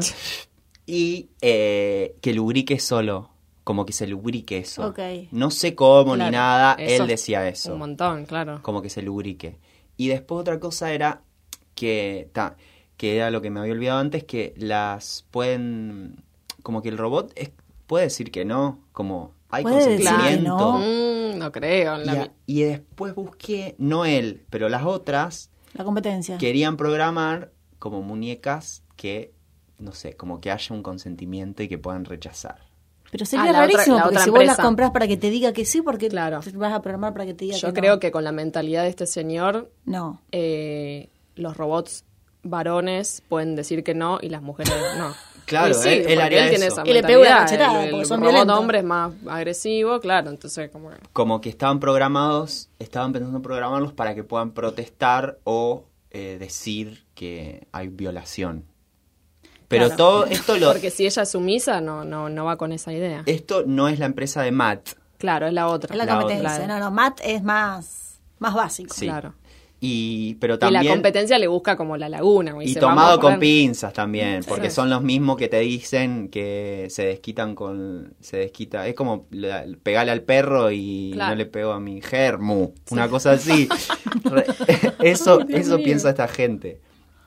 S2: y eh, que lubrique solo, como que se lubrique eso.
S1: Ok.
S2: No sé cómo
S3: Claro,
S2: ni nada,
S3: eso
S2: él decía
S3: es
S2: eso
S3: Un montón, claro.
S2: como que se lubrique. Y después otra cosa era que, ta, que era lo que me había olvidado antes, que las pueden, como que el robot es- puede decir que no, como hay
S1: Puede decir que no.
S2: consentimiento.
S3: Mm, no creo. en
S2: Y,
S3: la
S2: a- y después busqué, no él, pero las otras
S1: La competencia.
S2: querían programar como muñecas que, no sé, como que haya un consentimiento y que puedan rechazar.
S1: Pero
S3: Ah,
S1: sería
S3: la otra-
S1: rarísimo,
S3: la
S1: porque
S3: otra
S1: si vos las
S3: empresa.
S1: compras para que te diga que sí, porque
S3: Claro.
S1: vas a programar para que te diga
S3: Yo
S1: que no.
S3: creo que con la mentalidad de este señor,
S1: No.
S3: eh, los robots varones pueden decir que no y las mujeres no.
S2: Claro,
S3: Y sí,
S2: él- él
S3: porque
S2: haría
S3: tiene
S2: eso.
S3: esa
S1: Y le pega una
S3: mentalidad,
S1: cachetada,
S3: El, el
S1: porque son
S3: robot
S1: violentos.
S3: hombre es más agresivo, claro. Entonces, como que-
S2: como que estaban programados, estaban pensando en programarlos para que puedan protestar o eh, decir que hay violación. Pero
S1: Claro.
S2: todo esto lo
S3: porque si ella es sumisa, no, no, no va con esa idea.
S2: esto no es la empresa de Matt.
S3: claro, es la otra.
S1: Es la,
S2: La otra.
S1: competencia.
S3: Claro.
S1: No, no, Matt es más, más básico.
S2: Sí.
S3: Claro.
S2: Y pero
S3: Y
S2: también
S3: la competencia le busca como la laguna.
S2: y
S3: dice,
S2: tomado
S3: vamos a
S2: con
S3: poner-
S2: pinzas también, porque
S3: Sí.
S2: son los mismos que te dicen que se desquitan con se desquita, es como la- pegale al perro y
S3: Claro.
S2: no le pego a mi germu, una cosa así. Re- eso
S3: Dios
S2: eso
S3: mío.
S2: piensa esta gente.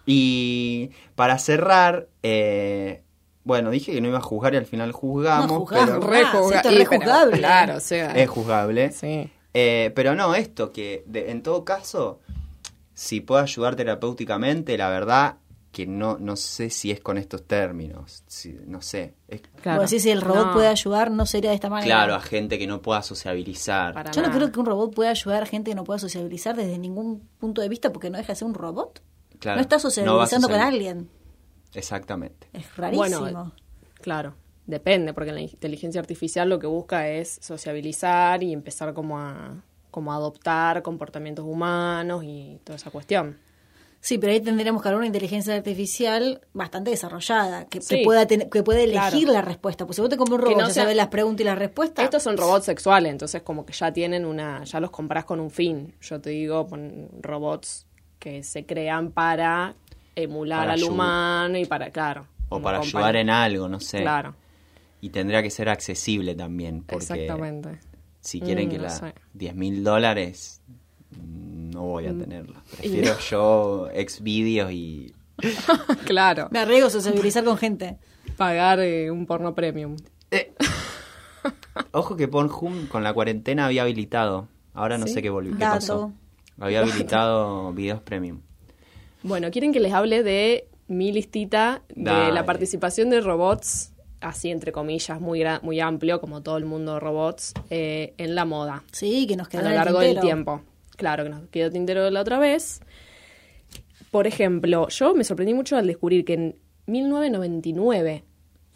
S2: Y para cerrar, eh, bueno, dije que no iba a juzgar y al final juzgamos,
S1: No juzgamos.
S2: pero
S1: Ah,
S3: Rejuzga-
S1: esto es
S3: y, pero,
S1: rejuzgable.
S3: Claro, o sea.
S2: es juzgable.
S3: sí.
S2: Eh, pero no, esto que de- en todo caso, si puedo ayudar terapéuticamente, la verdad que no, no sé si es con estos términos. si- no sé. Es-
S1: Claro.
S3: Claro.
S1: Vos decís, si el robot
S3: No.
S1: puede ayudar, no sería de esta manera.
S2: claro, a gente que no pueda sociabilizar.
S3: Para
S1: Yo no
S3: nada.
S1: creo que un robot pueda ayudar a gente que no pueda sociabilizar desde ningún punto de vista porque no deja de ser un robot.
S2: Claro,
S1: no está
S2: no va a
S1: sociabilizando con
S2: sociabilizar.
S1: alguien.
S2: Exactamente.
S1: Es rarísimo.
S3: Bueno, eh. claro, depende, porque la inteligencia artificial lo que busca es sociabilizar y empezar como a, como a adoptar comportamientos humanos y toda esa cuestión.
S1: sí, pero ahí tendríamos que hablar de una inteligencia artificial bastante desarrollada, que,
S3: Sí.
S1: que pueda tener- que pueda
S3: Claro.
S1: elegir la respuesta. Porque si vos te compras un
S3: Que
S1: robot,
S3: no
S1: ya
S3: sea-
S1: sabes las preguntas y las respuestas.
S3: Estos son robots sexuales, entonces como que ya tienen una, ya los compras con un fin. Yo te digo, pon- robots que se crean para emular
S2: Para
S3: al
S2: ayud-
S3: humano y para, claro.
S2: O
S3: como
S2: para
S3: compañía.
S2: ayudar en algo, no sé.
S3: Claro,
S2: Y tendría que ser accesible también. Porque
S3: exactamente.
S2: si quieren
S3: Mm,
S2: que
S3: no
S2: la
S3: sé.
S2: 10 mil dólares, no voy a
S3: Mm.
S2: tenerla. Prefiero yo ex vídeos y
S3: claro.
S1: Me arriesgo a sociabilizar con gente.
S3: pagar eh, un porno premium.
S2: Eh. Ojo que Pornhub con la cuarentena había habilitado. Ahora no sé qué volvió. ¿Qué
S3: Ah,
S1: Dato.
S2: pasó? Había habilitado videos premium.
S3: Bueno, quieren que les hable de mi listita de
S2: Dale.
S3: la participación de robots, así entre comillas, muy, gra- muy amplio, como todo el mundo robots, eh, en la moda.
S1: Sí, que nos quedó
S3: a lo
S1: en el
S3: largo del
S1: tintero.
S3: tiempo. Claro que nos quedó tintero de la otra vez. Por ejemplo, yo me sorprendí mucho al descubrir que en 1999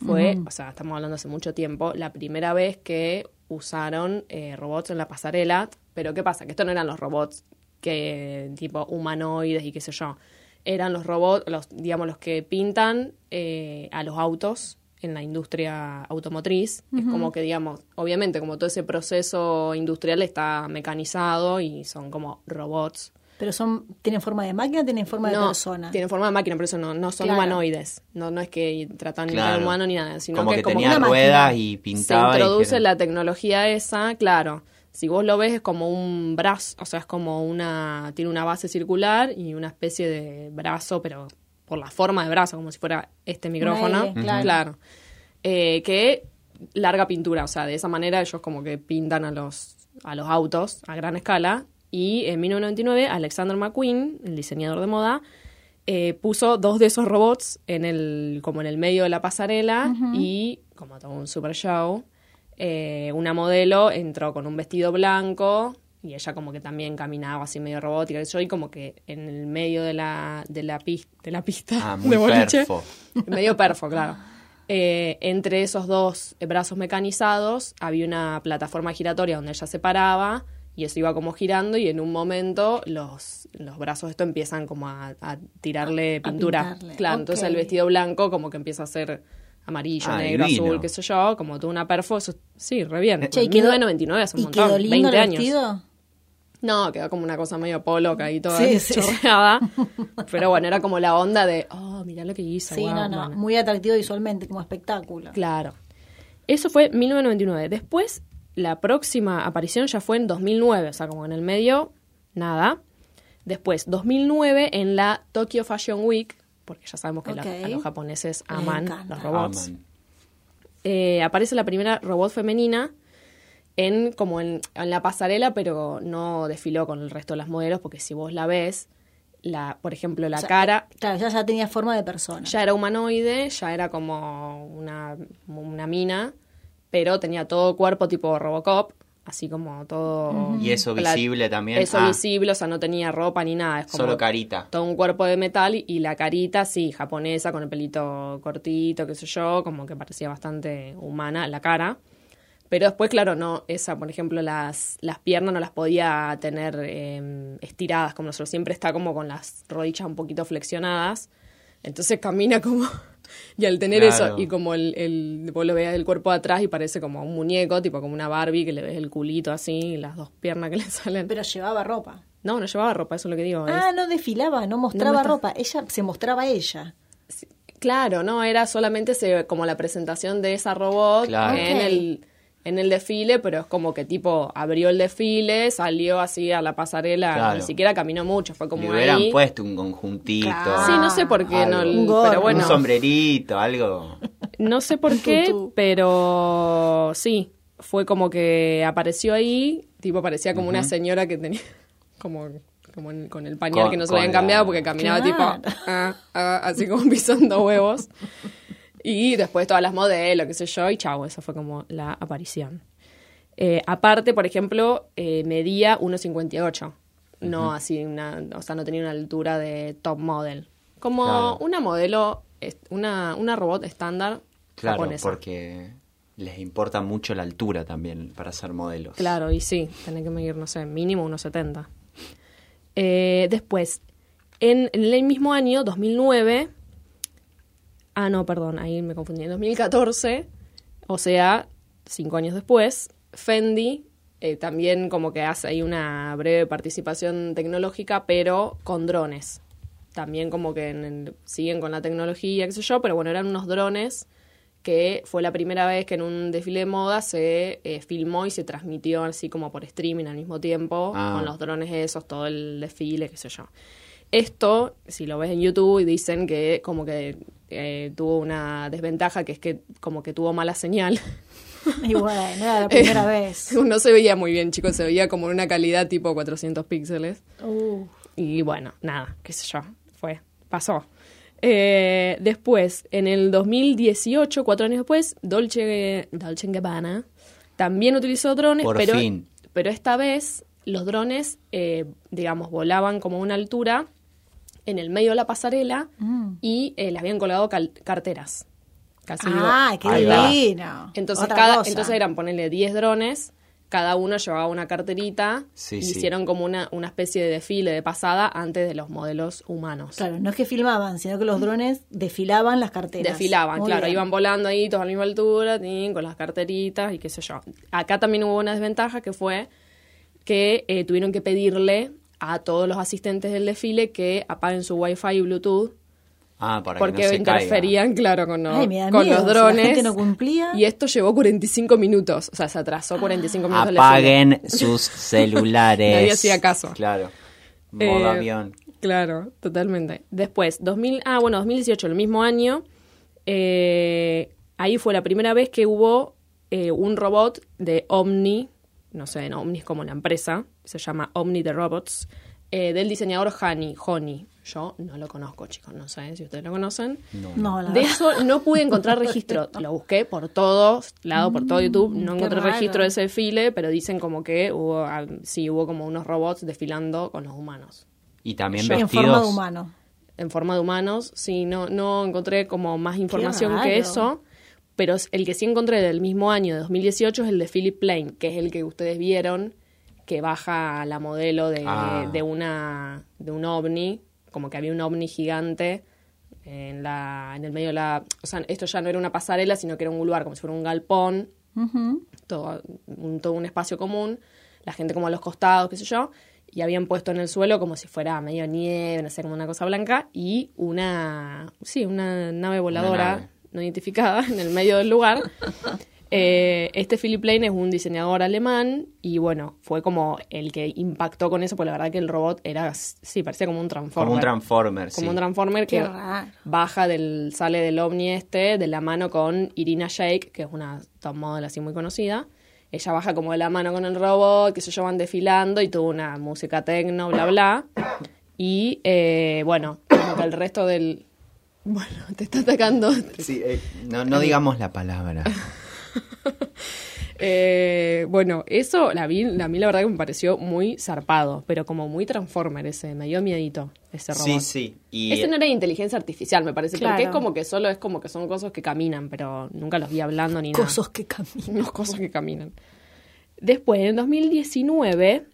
S3: fue, o sea, estamos hablando hace mucho tiempo, la primera vez que usaron eh, robots en la pasarela. Pero ¿qué pasa? Que esto no eran los robots que tipo humanoides y qué sé yo. Eran los robots, los, digamos, los que pintan eh, a los autos en la industria automotriz. Es como que, digamos, obviamente como todo ese proceso industrial está mecanizado y son como robots
S1: Pero son, tienen forma de máquina, tienen forma de persona.
S3: tienen forma de máquina, por eso no, no son
S1: Claro.
S3: humanoides. No, no es que tratan ni
S2: Claro.
S3: de humano ni nada, sino
S2: como que,
S3: que, como
S2: tenía
S1: una
S2: ruedas
S1: máquina.
S2: y pintaba.
S3: se
S2: y
S3: introduce
S2: dijeron,
S3: la tecnología esa, claro. Si vos lo ves es como un brazo, o sea, es como una tiene una base circular y una especie de brazo, pero por la forma de brazo, como si fuera este micrófono,
S1: aire, claro.
S3: Eh, que larga pintura, o sea, de esa manera ellos como que pintan a los a los autos a gran escala y en 1999 Alexander McQueen, el diseñador de moda, eh, puso dos de esos robots en el, como en el medio de la pasarela y, como todo un super show, eh, una modelo entró con un vestido blanco y ella como que también caminaba así medio robótica qué sé yo, y como que en el medio de la, de la, pis- de la pista
S2: Ah,
S3: de
S2: muy
S3: boliche,
S2: perfo.
S3: medio perfo, claro. Eh, entre esos dos brazos mecanizados había una plataforma giratoria donde ella se paraba y eso iba como girando y en un momento los, los brazos de esto empiezan como a, a tirarle pintura.
S1: pintarle,
S3: Claro,
S1: ok.
S3: entonces el vestido blanco como que empieza a ser amarillo,
S2: Ah,
S3: negro,
S2: divino.
S3: azul, qué sé yo, como toda una perfo, eso sí, re bien.
S1: Che, y
S3: En 1999 hace un
S1: y
S3: montón,
S1: quedó lindo
S3: 20
S1: el
S3: años.
S1: vestido.
S3: No, quedó como una cosa medio polo, que ahí toda
S1: Sí, sí, sí.
S3: chorreada. Pero bueno, era como la onda de, oh, mirá lo que hizo.
S1: Sí,
S3: guau,
S1: no, no.
S3: bueno.
S1: Muy atractivo visualmente, como espectáculo.
S3: Claro. Eso fue 1999. Después, la próxima aparición ya fue en 2009, o sea, como en el medio, nada. Después, 2009, en la Tokyo Fashion Week, porque ya sabemos que la-
S1: Ok.
S3: a los japoneses
S1: Me
S3: aman
S1: encanta.
S2: "Ah,
S3: los robots.
S2: Aman.
S3: Eh, aparece la primera robot femenina en como en, en la pasarela, pero no desfiló con el resto de las modelos, porque si vos la ves, la, por ejemplo, la
S1: O sea,
S3: cara
S1: Claro, ya, ya tenía forma de persona.
S3: ya era humanoide, ya era como una, una mina, pero tenía todo cuerpo tipo Robocop, así como todo...
S2: Y eso
S3: pla-
S2: visible también.
S3: Eso
S2: Ah.
S3: visible, o sea, no tenía ropa ni nada. Es como
S2: Solo carita.
S3: Todo un cuerpo de metal y, y la carita, sí, japonesa, con el pelito cortito, qué sé yo, como que parecía bastante humana la cara. Pero después, claro, no, esa, por ejemplo, las, las piernas no las podía tener eh, estiradas como nosotros. Siempre está como con las rodillas un poquito flexionadas. Entonces camina como. Y al tener
S2: Claro.
S3: eso, y como el, el. Vos lo veas el cuerpo de atrás y parece como un muñeco, tipo como una Barbie, que le ves el culito así, y las dos piernas que le salen.
S1: Pero llevaba ropa.
S3: No, no llevaba ropa, eso es lo que digo.
S1: Ah, no desfilaba, no mostraba
S3: muestra-
S1: ropa. Ella se mostraba ella.
S3: Es- claro, no, era solamente se- como la presentación de esa robot
S2: Claro.
S3: en,
S1: Ok.
S3: el, en el desfile, pero es como que tipo abrió el desfile, salió así a la pasarela,
S2: Claro.
S3: ni siquiera caminó mucho, fue como
S2: Le hubieran
S3: ahí.
S2: puesto un conjuntito.
S1: Claro.
S3: Sí, no sé por qué,
S2: algo.
S3: no,
S1: Un gorro.
S3: pero bueno.
S2: Un sombrerito, algo.
S3: No sé por qué, pero sí, fue como que apareció ahí, tipo parecía como una señora que tenía como, como en- con el pañal
S2: Con-
S3: que no se
S2: con
S3: lo habían cambiado
S2: la-
S3: porque caminaba
S1: Claro.
S3: tipo ah, ah, así como pisando huevos. Y después todas las modelos, qué sé yo, y chau, esa fue como la aparición. Eh, aparte, por ejemplo, eh, medía 1,58. No así, una, o sea, no tenía una altura de top model. Como
S2: Claro.
S3: una modelo, es- una, una robot estándar
S2: Claro,
S3: japonesa.
S2: porque les importa mucho la altura también para ser modelos.
S3: Claro, y sí, tenés que medir, no sé, mínimo 1,70. Eh, después, en, en el mismo año, 2009, ah, no, perdón, ahí me confundí, en 2014, o sea, cinco años después, Fendi eh, también como que hace ahí una breve participación tecnológica, pero con drones. También como que en- en- siguen con la tecnología, qué sé yo, pero bueno, eran unos drones que fue la primera vez que en un desfile de moda se eh, filmó y se transmitió así como por streaming al mismo tiempo,
S2: Ah.
S3: con los drones esos, todo el desfile, qué sé yo. esto, si lo ves en YouTube, dicen que como que eh, tuvo una desventaja, que es que como que tuvo mala señal.
S1: Y bueno, era la
S3: Eh.
S1: primera vez.
S3: No se veía muy bien, chicos, se veía como en una calidad tipo 400 píxeles.
S1: Uh,
S3: Y bueno, nada, qué sé yo, fue, pasó. Eh, después, en el 2018, cuatro años después, Dolce, Dolce Gabbana también utilizó drones,
S2: Por
S3: pero,
S2: fin.
S3: pero esta vez los drones, eh, digamos, volaban como a una altura en el medio de la pasarela y eh, les habían colgado cal- carteras. Casi
S1: ah, qué
S2: Ahí va.
S1: divino.
S3: entonces,
S1: Otra
S3: cada,
S1: cosa.
S3: entonces eran ponerle 10 drones, cada uno llevaba una carterita
S2: Sí,
S3: y
S2: sí.
S3: hicieron como una, una especie de desfile de pasada antes de los modelos humanos.
S1: Claro, no es que filmaban, sino que los drones desfilaban las carteras.
S3: Desfilaban,
S1: Muy
S3: claro,
S1: bien.
S3: iban volando ahí todos a la misma altura, tin, con las carteritas y qué sé yo. Acá también hubo una desventaja que fue que eh, tuvieron que pedirle a todos los asistentes del desfile que apaguen su wifi y bluetooth
S2: Ah, para que
S3: porque
S2: no se caiga.
S3: interferían, claro, con, los-
S1: Ay, me da
S3: con
S1: miedo,
S3: los
S1: si la
S3: drones.
S1: gente no cumplía.
S3: Y esto llevó 45 minutos, o sea, se atrasó 45 minutos. el desfile.
S2: Apaguen sus celulares.
S3: Nadie hacía caso.
S2: Claro. Modo
S3: Eh,
S2: avión.
S3: Claro, totalmente. Después, 2000, ah, bueno, 2018, el mismo año, eh, ahí fue la primera vez que hubo eh, un robot de Omni, no sé, no, Omni es como la empresa, se llama Omni the Robots, eh, del diseñador Hani, Honi. Yo no lo conozco, chicos, no sé si ustedes lo conocen.
S1: No, la
S3: De
S1: verdad.
S3: eso no pude encontrar registro. Lo busqué por todos lados, por todo YouTube. No
S1: Mm, qué
S3: encontré
S1: raro.
S3: registro de ese desfile, pero dicen como que hubo, ah, sí, hubo como unos robots desfilando con los humanos.
S2: Y también
S1: en
S2: vestidos.
S1: forma de humano.
S3: En forma de humanos, sí, no, no encontré como más información que
S1: raro.
S3: eso. Pero es- el que sí encontré del mismo año, de 2018, es el de Philip Plain, que es el que ustedes vieron, que baja la modelo de,
S2: Ah.
S3: de una de un ovni, como que había un ovni gigante en la en el medio de la, o sea, esto ya no era una pasarela, sino que era un lugar como si fuera un galpón,
S1: Ujú.
S3: todo un, todo un espacio común, la gente como a los costados, qué sé yo, y habían puesto en el suelo como si fuera medio nieve, no sé, como una cosa blanca, y una, sí, una nave voladora
S2: nave.
S3: no identificada en el medio del lugar. Eh, este Philip Lane es un diseñador alemán y bueno, fue como el que impactó con eso, porque la verdad que el robot era, sí, parecía como un transformer.
S2: Como un Transformer,
S3: Como
S2: sí.
S3: un transformer
S1: Qué
S3: que
S1: raro.
S3: baja del, sale del ovni este de la mano con Irina Shayk, que es una top model así muy conocida. Ella baja como de la mano con el robot, que se llevan desfilando y tuvo una música tecno, bla, bla. Y eh, bueno, como que el resto del... Bueno, te está atacando.
S2: Sí, eh, no, no digamos la palabra.
S3: Eh, bueno, eso la vi, la, a mí la verdad que me pareció muy zarpado, pero como muy transformer ese, me dio miedito ese robot.
S2: Sí, sí. Y eh,
S3: Ese no era de inteligencia artificial, me parece,
S1: Claro.
S3: porque es como que solo es como que son cosas que caminan, pero nunca los vi hablando ni
S1: Cosos que caminan.
S3: nada. Unos cosas que caminan. Después, en 2019,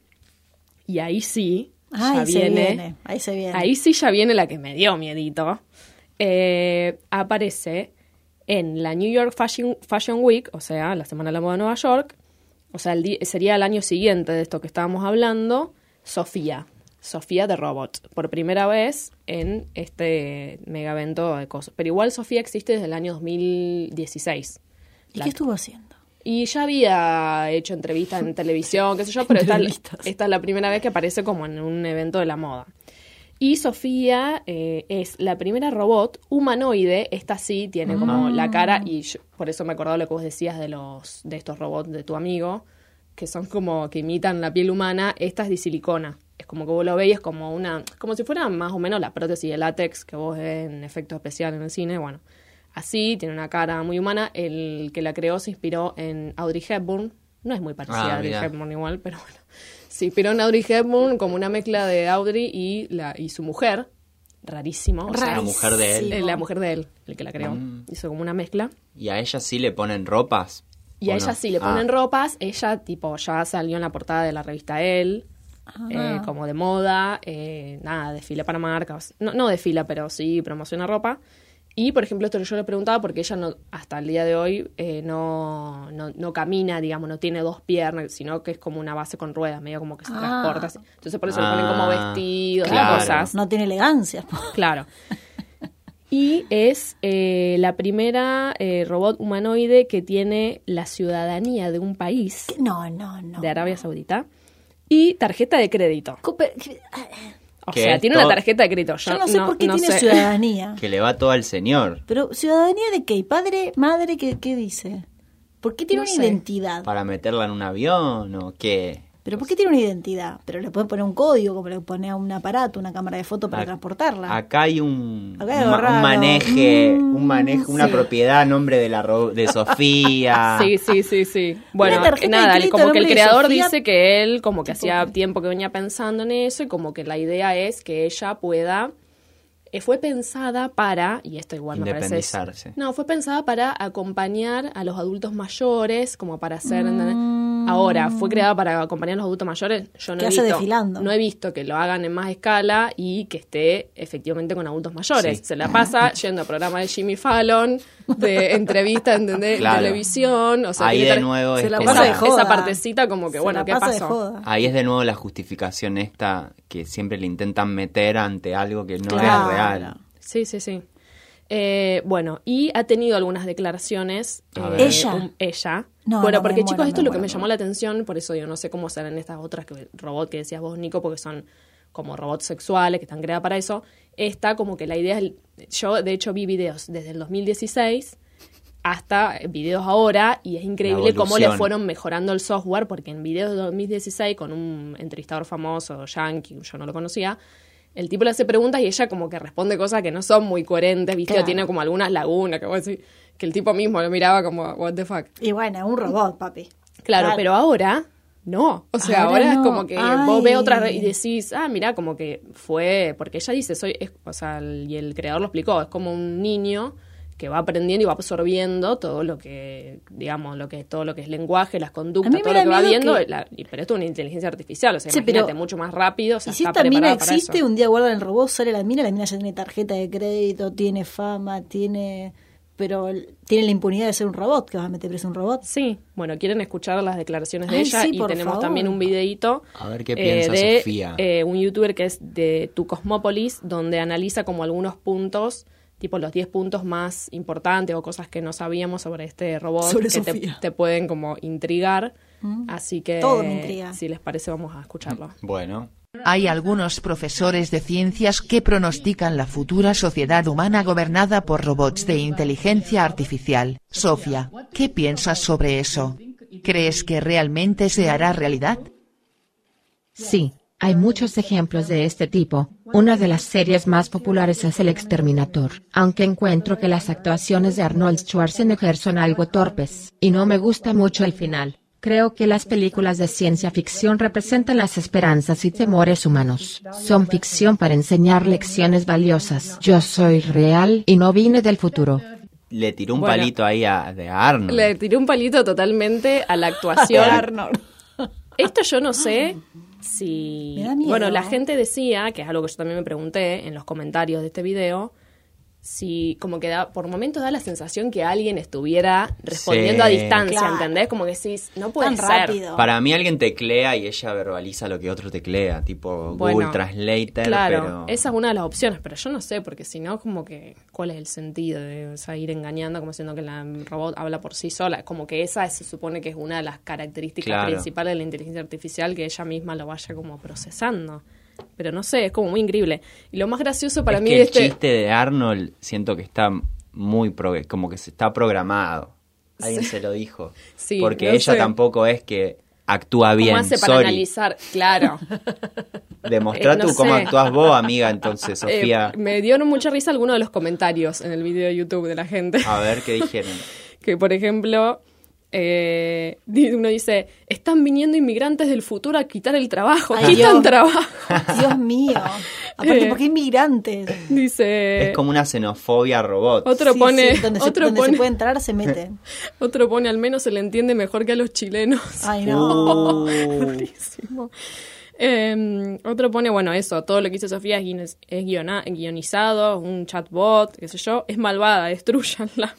S3: y ahí sí,
S1: Ahí
S3: ya
S1: se
S3: viene,
S1: viene. Ahí se viene.
S3: ahí sí ya viene la que me dio miedito, eh, aparece en la New York Fashion, Fashion Week, o sea, la Semana de la Moda de Nueva York, o sea, el di- sería el año siguiente de esto que estábamos hablando, Sofía. Sofía de Robot, por primera vez en este megavento de cosas. Pero igual Sofía existe desde el año 2016.
S1: ¿Y
S3: La-
S1: qué estuvo haciendo?
S3: y ya había hecho entrevistas en televisión, qué sé yo, pero esta,
S1: Entrevistas.
S3: esta es la primera vez que aparece como en un evento de la moda. Y Sofía eh, es la primera robot humanoide, esta sí tiene como la cara, y yo- por eso me acordaba lo que vos decías de, los, de estos robots de tu amigo, que son como que imitan la piel humana, esta es de silicona. Es como que vos lo veis, es como una, como si fuera más o menos la prótesis de látex que vos ves en efecto especial en el cine, bueno. Así, tiene una cara muy humana. El que la creó se inspiró en Audrey Hepburn. No es muy parecida
S2: Ah,
S3: a Audrey
S2: mirá.
S3: Hepburn igual, pero bueno. Se inspiró en Audrey Hepburn como una mezcla de Audrey y, la, y su mujer. Rarísimo. o sea,
S2: la mujer de él.
S3: eh, la mujer de él, el que la creó. Hizo como una mezcla.
S2: ¿Y a ella sí le ponen ropas?
S3: Y a
S2: ¿O
S3: ella
S2: no?
S3: sí le ponen
S2: Ah,
S3: ropas. Ella, tipo, ya salió en la portada de la revista Él. eh, como de moda, eh, nada, desfila para marcas. No, no desfila, pero sí promociona ropa. Y, por ejemplo, esto yo le preguntaba porque ella no, hasta el día de hoy eh, no, no, no camina, digamos, no tiene dos piernas, sino que es como una base con ruedas, medio como que se
S1: Ah.
S3: transporta. así. Entonces, por eso le ponen como
S2: Ah,
S3: vestidos,
S2: claro.
S3: cosas.
S1: No tiene elegancia.
S3: Claro. Y es eh, la primera eh, robot humanoide que tiene la ciudadanía de un país,
S1: No, no, no.
S3: de Arabia Saudita, y tarjeta de crédito.
S1: Ah, Cooper-
S3: O
S2: Que
S3: sea,
S2: es
S3: tiene una
S2: todo-
S3: tarjeta de crédito. Yo,
S1: Yo no sé por qué
S3: no
S1: tiene
S3: sé.
S1: ciudadanía.
S2: Que le va todo al señor.
S1: Pero ciudadanía de qué? Padre, madre, ¿qué, qué dice? ¿Por qué tiene
S3: No
S1: una
S3: sé.
S1: identidad?
S2: ¿Para meterla en un avión o qué?
S1: ¿Pero por qué tiene una identidad? Pero le pueden poner un código, como le pone a un aparato, una cámara de foto
S3: Ah,
S1: para
S2: Ac-
S1: transportarla.
S2: Acá hay un,
S1: Acá hay
S2: un
S1: algo
S2: ma- un
S1: raro.
S2: maneje,
S1: Mm,
S2: un maneje, una
S3: sí.
S2: propiedad a nombre de la ro- de Sofía.
S3: Sí, sí, sí, sí. Bueno,
S1: tarjeta de
S3: nada,
S1: crédito
S3: como que el
S1: nombre de
S3: creador
S1: Sofía.
S3: dice que él, como que hacía tiempo que venía pensando en eso y como que la idea es que ella pueda... eh, Fue pensada para, y esto igual me parece...
S2: Independizarse.
S3: No, fue pensada para acompañar a los adultos mayores, como para hacer... Ahora, fue creada para acompañar a los adultos mayores. Yo
S1: Mm.
S3: no
S1: Que
S3: he
S1: hace
S3: visto,
S1: desfilando.
S3: No he visto que lo hagan en más escala y que esté efectivamente con adultos mayores.
S2: Sí.
S3: Se la pasa yendo a programas de Jimmy Fallon, de entrevistas, ¿entendés?
S2: Claro.
S3: Televisión, o sea,
S2: Ahí
S3: tiene
S2: de
S3: tar-
S2: nuevo
S1: se
S2: es
S1: la
S2: como
S1: pasa de
S2: la-
S1: joda.
S3: esa partecita como que,
S1: Se
S3: bueno,
S1: la
S3: ¿qué
S1: pasa de
S3: pasó? Ah.
S1: joda.
S2: Ahí es de nuevo la justificación esta que siempre le intentan meter ante algo que no
S1: Claro.
S2: es real.
S3: Sí, sí, sí. Eh, bueno, y ha tenido algunas declaraciones.
S2: A
S3: eh,
S2: ver.
S1: ¿Ella?
S3: ella.
S1: No,
S3: bueno,
S1: no, me
S3: porque
S1: muero,
S3: chicos, esto
S1: me
S3: es lo
S1: muero,
S3: que me
S1: me
S3: llamó la atención, por eso yo no sé cómo serán estas otras que, robot que decías vos, Nico, porque son como robots sexuales que están creadas para eso. Esta, como que la idea es. Yo, de hecho, vi videos desde el 2016 hasta eh, videos ahora y es increíble cómo le
S2: evolución.
S3: fueron mejorando el software, porque en videos de 2016 con un entrevistador famoso, Yankee, yo no lo conocía, el tipo le hace preguntas y ella como que responde cosas que no son muy coherentes, ¿viste? O
S1: Claro.
S3: tiene como algunas lagunas, que, vos decís- que el tipo mismo lo miraba como, what the fuck.
S1: Y bueno, un robot, papi.
S3: Claro, pero ahora no. O sea, ahora,
S1: Ahora
S3: es
S1: no.
S3: como que
S1: Ay.
S3: vos ves otra re- y decís, ah, mira, como que fue, porque ella dice, soy, es- o sea, el- y el creador lo explicó, es como un niño que va aprendiendo y va absorbiendo todo lo que, digamos, lo que todo lo que es lenguaje, las conductas,
S1: A mí me
S3: todo lo
S1: da
S3: que va
S1: miedo
S3: viendo,
S1: que-
S3: la- y- pero esto es una inteligencia artificial, o sea,
S1: Sí, pero-
S3: imagínate, mucho más rápido, o sea,
S1: y si
S3: está
S1: esta mina
S3: preparada para
S1: existe,
S3: eso.
S1: un día guardan el robot, sale la mina, la mina ya tiene tarjeta de crédito, tiene fama, tiene. Pero l- tiene la impunidad de ser un robot, que vas a meter preso a un robot.
S3: Sí, bueno, quieren escuchar las declaraciones de
S1: Ay,
S3: ella
S1: sí,
S3: y
S1: por
S3: tenemos
S1: favor.
S3: también un videíto
S2: A ver qué
S3: eh,
S2: piensa
S3: de
S2: Sofía.
S3: eh, un youtuber que es de Tu Cosmópolis, donde analiza como algunos puntos, tipo los 10 puntos más importantes o cosas que no sabíamos sobre este robot
S1: Sobre
S3: que te,
S1: Sofía.
S3: te pueden como intrigar.
S1: ¿Mm?
S3: Así que
S1: Todo me intriga.
S3: si les parece vamos a escucharlo.
S2: Mm. Bueno,
S6: Hay algunos profesores de ciencias que pronostican la futura sociedad humana gobernada por robots de inteligencia artificial. Sofía, ¿qué piensas sobre eso? ¿Crees que realmente se hará realidad?
S7: Sí, hay muchos ejemplos de este tipo. Una de las series más populares es El Exterminator, aunque encuentro que las actuaciones de Arnold Schwarzenegger son algo torpes, y no me gusta mucho el final. Creo que las películas de ciencia ficción representan las esperanzas y temores humanos. Son ficción para enseñar lecciones valiosas. Yo soy real y no vine del futuro.
S2: le tiró un
S3: Bueno.
S2: palito ahí a, de Arnold.
S3: Le tiré un palito totalmente a la actuación.
S1: Arnold.
S3: Esto yo no sé si...
S1: Ah. Me da miedo.
S3: Bueno, la gente decía, que es algo que yo también me pregunté en los comentarios de este video, si como que da, por momentos da la sensación que alguien estuviera respondiendo
S2: Sí.
S3: a distancia,
S1: Claro.
S3: ¿entendés? Como que decís, no
S1: Tan
S3: puede ser.
S1: rápido.
S2: Para mí alguien teclea y ella verbaliza lo que otro teclea, tipo Google Translator,
S3: claro,
S2: pero
S3: esa es una de las opciones, pero yo no sé, porque si no, como que, ¿cuál es el sentido de o sea, ir engañando, como siendo que la robot habla por sí sola? Como que esa se supone que es una de las características
S2: Claro.
S3: principales de la inteligencia artificial, que ella misma lo vaya como procesando. Pero no sé, es como muy increíble. Y lo más gracioso para
S2: es
S3: mí
S2: que
S3: de
S2: el
S3: este...
S2: chiste de Arnold siento que está muy pro- como que se está programado. Alguien se lo dijo.
S3: Sí,
S2: Porque
S3: no
S2: ella
S3: sé.
S2: tampoco es que actúa
S3: ¿Cómo
S2: bien,
S3: hace para
S2: sorry.
S3: analizar? Claro.
S2: Demostrá
S3: Eh, no
S2: tú cómo
S3: sé.
S2: actúas vos, amiga, entonces,
S3: Eh,
S2: Sofía.
S3: me dieron mucha risa algunos de los comentarios en el video de YouTube de la gente.
S2: A ver qué dijeron.
S3: que por ejemplo eh, di- uno dice están viniendo inmigrantes del futuro a quitar el trabajo
S1: Ay,
S3: quitan
S1: Dios.
S3: trabajo
S1: Dios mío.
S3: Eh.
S1: Aparte, porque inmigrantes.
S3: dice
S2: es como una xenofobia robot.
S3: otro
S1: Sí,
S3: pone
S1: sí, donde,
S3: otro
S1: se, donde se
S3: pone
S1: puede entrar, se mete.
S3: otro pone al menos se le entiende mejor que a los chilenos
S1: Ay, no.
S2: Uh.
S3: Buenísimo. Eh, otro pone, bueno, eso, todo lo que hizo Sofía es, guion- es guiona- guionizado, un chatbot, qué sé yo, es malvada, destruyanla.